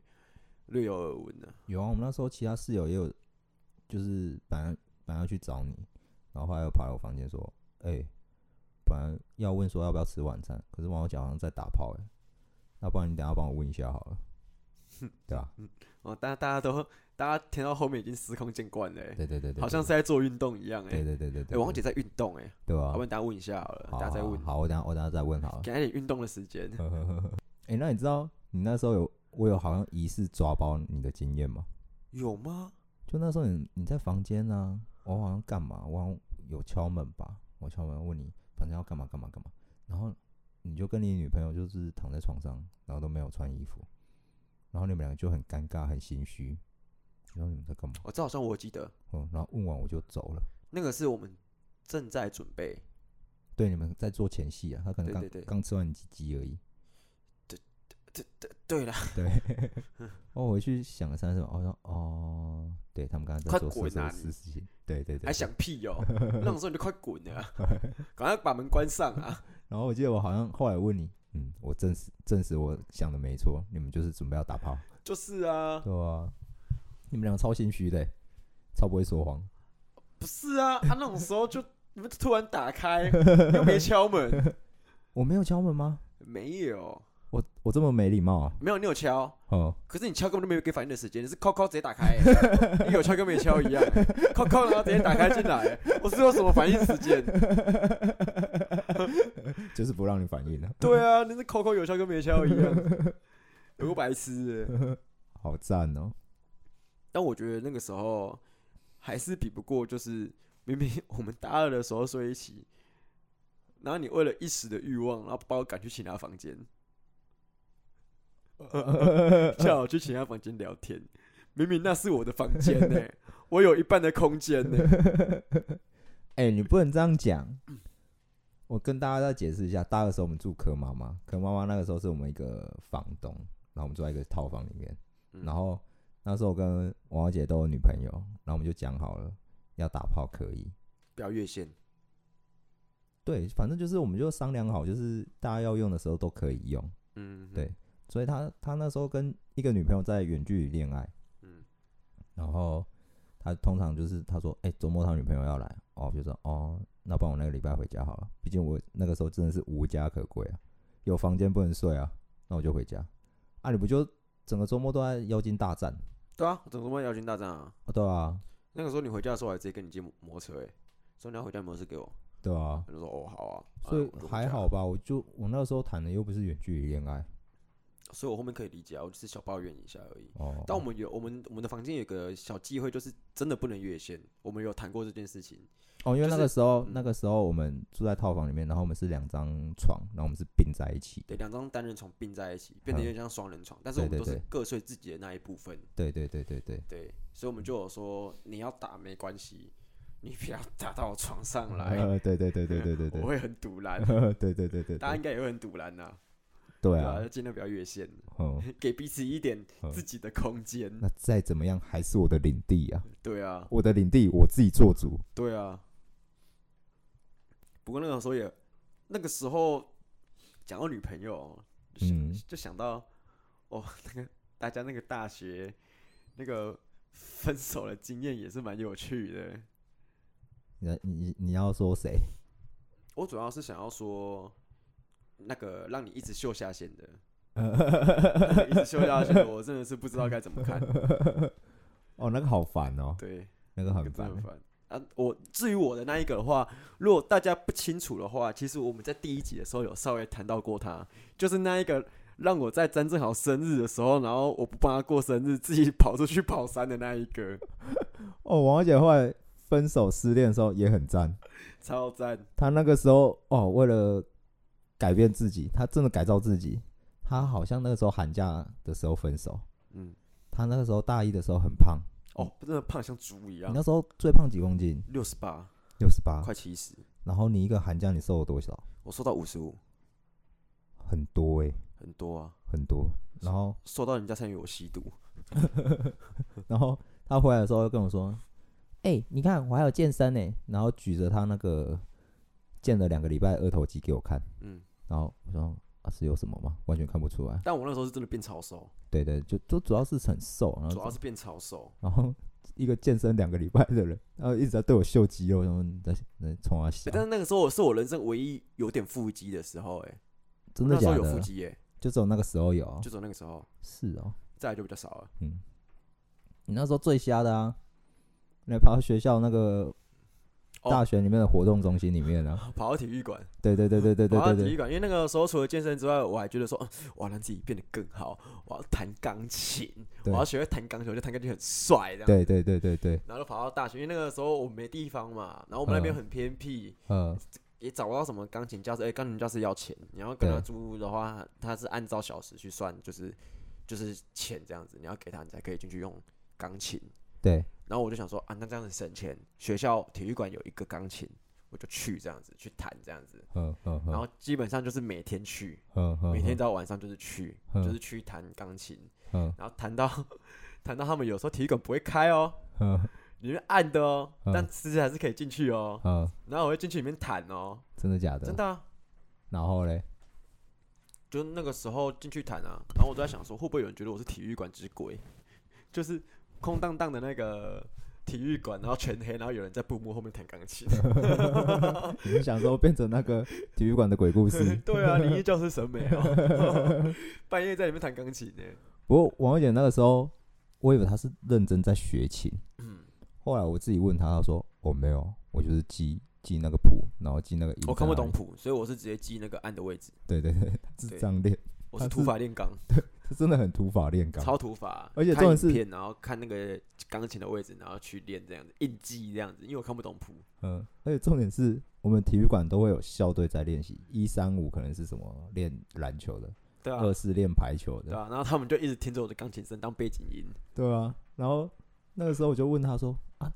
S2: 略有耳闻的、
S1: 有啊，我们那时候其他室友也有，就是本来本来要去找你，然后后来又跑来我房间说，哎、本来要问说要不要吃晚餐，可是王小姐好像在打炮哎、要不然你等一下帮我问一下好了，对吧？
S2: 哦，大家大家都大家听到后面已经司空见惯了欸，
S1: 对对对对，
S2: 好像是在做运动一样哎
S1: 对。对对对对，
S2: 哎，王姐在运动哎，
S1: 对吧
S2: 要不？然大家问一下好了，
S1: 好
S2: 大家再
S1: 好
S2: 问，
S1: 好，我等一下我等一下再问好了。
S2: 给他一点运动的时间。
S1: 呵呵呵呵。 *laughs* 哎，那你知道你那时候有我有好像疑似抓包你的经验吗？
S2: 有吗？
S1: 就那时候你你在房间呢、我好像干嘛？我好像有敲门吧？我敲门问你房间要干嘛干嘛干嘛，然后你就跟你女朋友就是躺在床上，然后都没有穿衣服，然后你们两个就很尴尬很心虚，然后你们在干嘛？
S2: 哦，这好像我记得，
S1: 嗯，然后问完我就走了。
S2: 那个是我们正在准备，
S1: 对，你们在做前戏啊，他可能
S2: 对
S1: 刚
S2: 对对
S1: 刚吃完鸡鸡而已。
S2: 对了，
S1: 对，哦，我去想了三十秒，我说哦，对他们刚刚在
S2: 快
S1: 做色
S2: 滚
S1: 色
S2: 啊
S1: 的事情，对对对
S2: 还。想屁哦！那种时候你就快滚了啊，赶快把门关上啊！
S1: 然后我记得我好像后来问你，嗯，我证实证实我想的没错，你们就是准备要打炮，
S2: 就是啊，
S1: 对啊，你们两个超心虚的欸，超不会说谎，
S2: 不是啊，啊那种时候就 *laughs* 你们突然打开，又没敲门，
S1: 我没有敲门吗？
S2: 没有，
S1: 我我这么没礼貌啊？
S2: 没有，你有敲，
S1: 哦，
S2: 可是你敲根本就没有给反应的时间，你是敲敲直接打开欸、你有敲跟没敲一样欸、敲敲然后直接打开进来欸、我是有什么反应时间？
S1: 就是不让你反应了，
S2: 对啊，你是敲敲有敲跟没敲一样，有个白痴欸、
S1: 好赞哦！
S2: 但我觉得那个时候还是比不过，就是明明我们大二的时候睡一起，然后你为了一时的欲望，然后把我赶去其他房间， *laughs* 叫我去其他房间聊天。明明那是我的房间呢、我有一半的空间
S1: *laughs*
S2: 呢、
S1: 哎、你不能这样讲。我跟大家再解释一下，大二的时候我们住柯妈妈，柯妈妈那个时候是我们一个房东，然后我们住在一个套房里面。
S2: 嗯
S1: 然后那时候我跟王小姐都有女朋友，然后我们就讲好了要打炮可以。
S2: 不要越线，
S1: 对，反正就是我们就商量好，就是大家要用的时候都可以用。
S2: 嗯，
S1: 对所以他他那时候跟一个女朋友在远距离恋爱，
S2: 嗯，
S1: 然后他通常就是他说，哎、周末他女朋友要来，哦，我就说哦，那帮我那个礼拜回家好了，毕竟我那个时候真的是无家可归啊，有房间不能睡啊，那我就回家。啊，你不就整个周末都在妖精大战？
S2: 对啊，我怎么问邀请大战啊？
S1: 哦，对啊，
S2: 那个时候你回家的时候，我还直接跟你借摩摩托车、欸，说你要回家摩托车给我，
S1: 对啊，
S2: 我就说哦好啊，啊
S1: 所以
S2: 我就回
S1: 还
S2: 家
S1: 好吧，我就我那时候谈的又不是远距离恋爱
S2: 所以我后面可以理解啊，我只是小抱怨一下而已。
S1: 哦，
S2: 但我们有我们我们的房间有个小忌讳，就是真的不能越线。我们有谈过这件事情，
S1: 哦，因为
S2: 就
S1: 那
S2: 是
S1: 个时候、
S2: 嗯
S1: 那个时候我们住在套房里面，然后我们是两张床，然后我们是并在一起的，
S2: 对，两张单人床并在一起，变得有点像双人床，但是我
S1: 嗯对
S2: 们都
S1: 对
S2: 是
S1: 对
S2: 各睡自己的那一部分。
S1: 对对对对对，
S2: 对，所以我们就有说，你要打没关系，你不要打到我床上 *laughs* 来，
S1: 呃， *laughs* 对对对对对对
S2: 我
S1: 对，。
S2: 会很堵拦
S1: *laughs* 对对对对
S2: 大家
S1: 对，
S2: 应该也会很堵拦呐、
S1: 对
S2: 对
S1: 啊
S2: 啊，，就尽量不要越线，
S1: 嗯，
S2: 给彼此一点
S1: 嗯
S2: 自己的空间。
S1: 那再怎么样还是我的领地啊，
S2: 对啊，
S1: 我的领地我自己做主。
S2: 对啊。不过那个时候也，那个时候讲到女朋友哦，就想、
S1: 嗯
S2: 就想到哦， *laughs* 那个大家那个大学那个分手的经验也是蛮有趣的。
S1: 你你你要说谁？
S2: 我主要是想要说，那个让你一直秀下线的，一直秀下线的，我真的是不知道该怎么看。
S1: 哦，那个好烦哦，
S2: 对，
S1: 那个很
S2: 真的
S1: 烦欸
S2: 很。烦。啊，我至于我的那一个的话，如果大家不清楚的话，其实我们在第一集的时候有稍微谈到过他，就是那一个让我在詹正豪生日的时候，然后我不帮他过生日，自己跑出去跑山的那一个，
S1: 哦，王小姐后来分手失恋的时候也很赞，
S2: 超赞！
S1: 她那个时候哦，为了改变自己，她真的改造自己。她好像那个时候寒假的时候分手，
S2: 嗯，
S1: 她那个时候大一的时候很胖，
S2: 哦，真的胖得像猪一
S1: 你
S2: 样，
S1: 那时候最胖几公斤？
S2: 六十八，
S1: 六十八。
S2: 快七十，
S1: 然后你一个寒假你瘦了多少？
S2: 我瘦到五十五，
S1: 很多诶、
S2: 很多啊，
S1: 很多。然后
S2: 瘦到人家才以为我吸毒。
S1: 然后他回来的时候又跟我说：“哎、你看我还有健身呢。”然后举着他那个健了两个礼拜的二头肌给我看，
S2: 嗯，
S1: 然后我说：“啊，是有什么吗？完全看不出来。
S2: 但我那时候是真的变超瘦，”
S1: 对对，就就主要是很瘦，然
S2: 主要
S1: 后
S2: 是变超瘦，
S1: 然后一个健身两个礼拜的人，然后一直在对我秀肌肉，然后在在冲他笑
S2: 欸，但是那个时候我是我人生唯一有点腹肌的时候、欸，哎，
S1: 真
S2: 那
S1: 的
S2: 时
S1: 假
S2: 候有腹
S1: 的？
S2: 肌、欸，哎，
S1: 就只有那个时候有哦、
S2: 就走那个时候，
S1: 是哦，
S2: 再来就比较少了。
S1: 嗯，你那时候最瞎的啊，你跑到学校那个
S2: 哦
S1: 大学里面的活动中心里面
S2: *laughs*
S1: 啊，
S2: 跑到体育馆，
S1: 对对对对对对
S2: 跑到
S1: 对
S2: 体育
S1: 对，
S2: 馆，因为那个时候除了健身之外，我还觉得说，嗯我要让自己变得更好，我要弹钢琴，我
S1: 对
S2: 要学会弹钢琴，我觉得弹钢琴很帅的。
S1: 对对对对对，
S2: 然后就跑到大学，因为那个时候我们没地方嘛，然后我们那边很偏僻，
S1: 呃，
S2: 也找不到什么钢琴教室。哎、钢琴教室要钱，你要跟他
S1: 对
S2: 租的话，他是按照小时去算，就是就是钱这样子，你要给他，你才可以进去用钢琴。
S1: 对，
S2: 然后我就想说啊，那这样子省钱，学校体育馆有一个钢琴，我就去这样子去弹这样子。
S1: 嗯嗯
S2: 然
S1: 嗯
S2: 后基本上就是每天去，
S1: 嗯嗯，
S2: 每天到晚上就是去，
S1: 嗯
S2: 就是去弹钢琴，
S1: 嗯
S2: 然后弹到弹到他们有时候体育馆不会开哦，
S1: 嗯
S2: 里面暗的哦，
S1: 嗯
S2: 但其实还是可以进去哦。
S1: 嗯，
S2: 然后我会进去里面弹哦，
S1: 真的假的？
S2: 真的、啊，
S1: 然后嘞，
S2: 就那个时候进去弹啊。然后我都在想说，会不会有人觉得我是体育馆之鬼， *laughs* 就是空荡荡的那个体育馆，然后全黑，然后有人在布幕后面弹钢琴。？
S1: 你是想说变成那个体育馆的鬼 *laughs* 故事
S2: *laughs* 对啊，灵异教室审美
S1: *laughs*
S2: 哦，半夜在里面弹钢琴呢。
S1: 不过王慧姐那个时候，我以为她是认真在学琴，
S2: 嗯，
S1: 后来我自己问她，她说我、没有，我就是记记那个谱，然后记那个音。
S2: 我看不懂，谱，所以我是直接记那个按的位置。
S1: 对对 *laughs* 对，是这样练，
S2: 我是
S1: 他
S2: 土
S1: 啊是
S2: 法炼钢，
S1: 这真的很土法炼钢。
S2: 超土法，
S1: 而且
S2: 看
S1: 重点
S2: 影
S1: 是
S2: 片然后看那个钢琴的位置，然后去练这样子，硬记这样子，因为我看不懂谱。
S1: 嗯，而且重点是我们体育馆都会有校队在练习，一三五可能是什么练篮球的，
S2: 对啊，
S1: 二四练排球
S2: 对
S1: 的，
S2: 啊，然后他们就一直听着我的钢琴声当背景音。
S1: 对啊。然后那个时候我就问她说啊，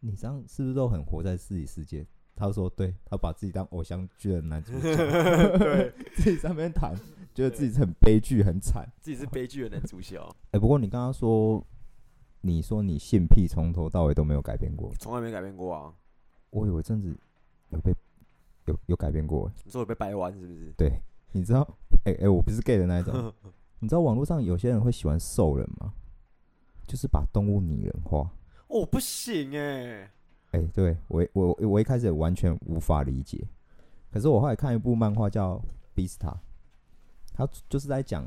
S1: 你这样是不是都很活在自己世界？她说对，她把自己当偶像剧的男
S2: *laughs*
S1: 主角，
S2: 对，
S1: 自己在那边弹，觉得自己很悲剧很惨。
S2: 自己是悲剧的男主角，
S1: *laughs* 哎、不过你刚刚说，你说你性癖从头到尾都没有改变过，
S2: 从来没改变过啊。
S1: 我有一阵子有被有有改变过欸。
S2: 你说我被掰弯是不是？
S1: 对，你知道，哎、哎、我不是 gay 的那一
S2: *laughs*
S1: 种。你知道网络上有些人会喜欢兽人吗？就是把动物拟人化。
S2: 哦，我不行哎，
S1: 哎、对我我我一开始也完全无法理解，可是我后来看一部漫画叫《Bista》，它就是在讲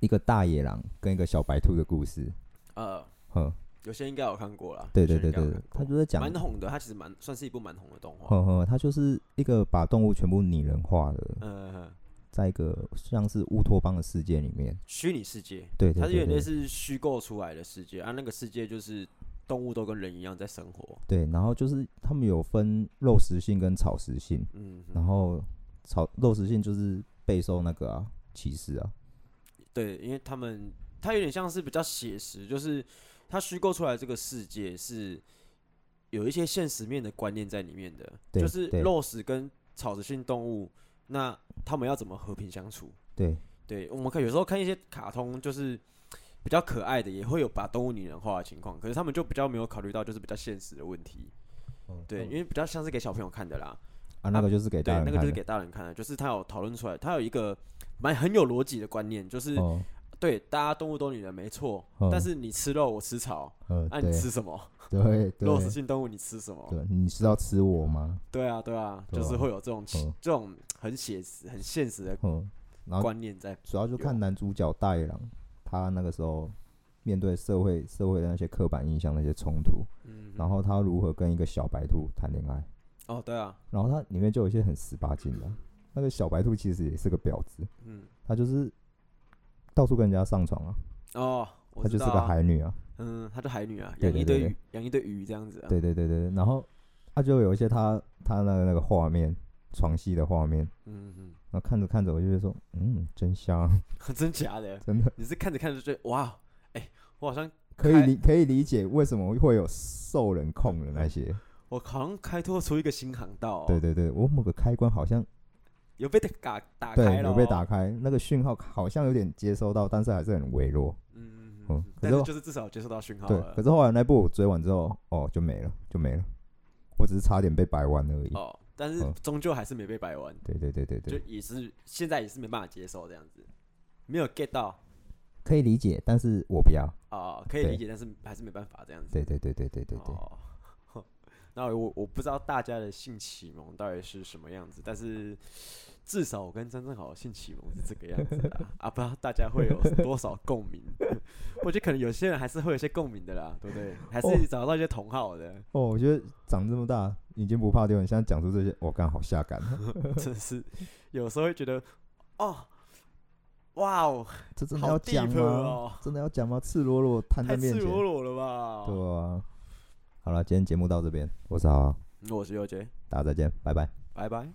S1: 一个大野狼跟一个小白兔的故事。
S2: 呃，
S1: 哼，
S2: 有些应该有看过啦。
S1: 对
S2: 有些
S1: 对
S2: 人
S1: 对
S2: 应该
S1: 对
S2: 有看
S1: 对，他
S2: 过
S1: 就在讲哦
S2: 蛮红的，它其实蛮算是一部蛮红的动画。
S1: 呵呵，它就是一个把动物全部拟人化的，
S2: 嗯，
S1: 在一个像是乌托邦的世界里面。
S2: 虚拟世界，
S1: 对
S2: 它
S1: 对
S2: 是有
S1: 对
S2: 点类
S1: 对，
S2: 似虚构出来的世界啊，那个世界就是动物都跟人一样在生活。
S1: 对，然后就是他们有分肉食性跟草食性，
S2: 嗯，
S1: 然后草肉食性就是备受那个啊歧视啊，
S2: 对，因为他们它有点像是比较写实，就是它虚构出来这个世界是有一些现实面的观念在里面的，
S1: 对
S2: 就是
S1: 对
S2: 肉食跟草食性动物，那他们要怎么和平相处？
S1: 对
S2: 对，我们看有时候看一些卡通，就是比较可爱的，也会有把动物拟人化的情况，可是他们就比较没有考虑到就是比较现实的问题。哦对，因为比较像是给小朋友看的啦，
S1: 啊那个就是嗯给
S2: 对
S1: 大，人
S2: 那个就
S1: 看
S2: 是
S1: 的
S2: 给大人看的，就是他有讨论出来，他有一个蛮很有逻辑的观念，就是
S1: 哦
S2: 对，大家动物都拟人没错，
S1: 嗯
S2: 但是你吃肉，我吃草，
S1: 呃
S2: 那、
S1: 对
S2: 你吃什么？
S1: 对对
S2: 肉食性动物你吃什么？
S1: 对，你知道吃我吗？
S2: 对啊，对啊，就
S1: 对
S2: 是
S1: 啊
S2: 会有这种奇、
S1: 嗯
S2: 这种很写实、很现实的
S1: 嗯，然后
S2: 观念在。
S1: 主要就
S2: 有
S1: 看男主角大野狼他那个时候面对社会社会的那些刻板印象那些冲突，
S2: 嗯，
S1: 然后他如何跟一个小白兔谈恋爱。
S2: 哦，对啊，
S1: 然后它里面就有一些很十八禁的啊。那个小白兔其实也是个婊子，
S2: 嗯，
S1: 她就是到处跟人家上床啊，
S2: 哦，我
S1: 她就
S2: 知
S1: 是
S2: 道、
S1: 个
S2: 啊，
S1: 海女啊。
S2: 嗯，她就海女啊，
S1: 对
S2: 养一
S1: 对
S2: 堆
S1: 对
S2: 鱼，养一堆鱼这样子、啊。
S1: 对对对对，对然后她就有一些她她那个那个画面，床戏的画面，
S2: 嗯嗯 *laughs*
S1: 然后看着看着我就会说，嗯，真香，
S2: 嗯，真假的？
S1: *laughs* 真的
S2: 你是看着看着就觉得哇，哎、我好像
S1: 可以
S2: 开
S1: 理可以理解为什么会有兽人控的那些。
S2: 我好像开拓出一个新航道、哦，
S1: 对，对对，我某个开关好像
S2: 有被打打开
S1: 对
S2: 了、哦
S1: 有被打。开，那个讯号好像有点接收到，但是还是很微弱。
S2: 嗯嗯嗯
S1: 嗯，可是
S2: 但是
S1: 我
S2: 就是至少接受到讯号
S1: 对，
S2: 了
S1: 可。是后来那部我追完之后，哦，就没了，就没了。我只是差点被掰弯而已。
S2: 哦，但是
S1: 嗯
S2: 终究还是没被掰弯，
S1: 对对对对
S2: 就
S1: 对，
S2: 也是现在也是没办法接受这样子，没有 get 到
S1: 可以理解，但是我不要。
S2: 啊、可以
S1: 对
S2: 理解，但是还是没办法这样子。
S1: 对对对对对对对，
S2: 哦， *laughs* 那我我不知道大家的性启蒙到底是什么样子，但是至少我跟张正豪性启蒙是这个样子啦，啊，不知道大家会有多少共鸣？ *laughs* 我觉得可能有些人还是会有一些共鸣的啦，对不对？还是
S1: 哦
S2: 找到一些同好的，
S1: 哦，我觉得长这么大已经不怕丢人，现在讲出这些，我刚好下感， *laughs*
S2: 真是有时候会觉得，哦，哇哦，
S1: 这真的
S2: 好
S1: 要讲
S2: deep
S1: 吗？
S2: 哦，
S1: 真的要讲吗？赤裸裸摊在
S2: 太
S1: 面
S2: 赤
S1: 前，
S2: 裸裸了吧？
S1: 对啊。好了，今天节目到这边，我是豪豪，
S2: 我是尤杰，
S1: 大家再见，拜拜。
S2: 拜拜。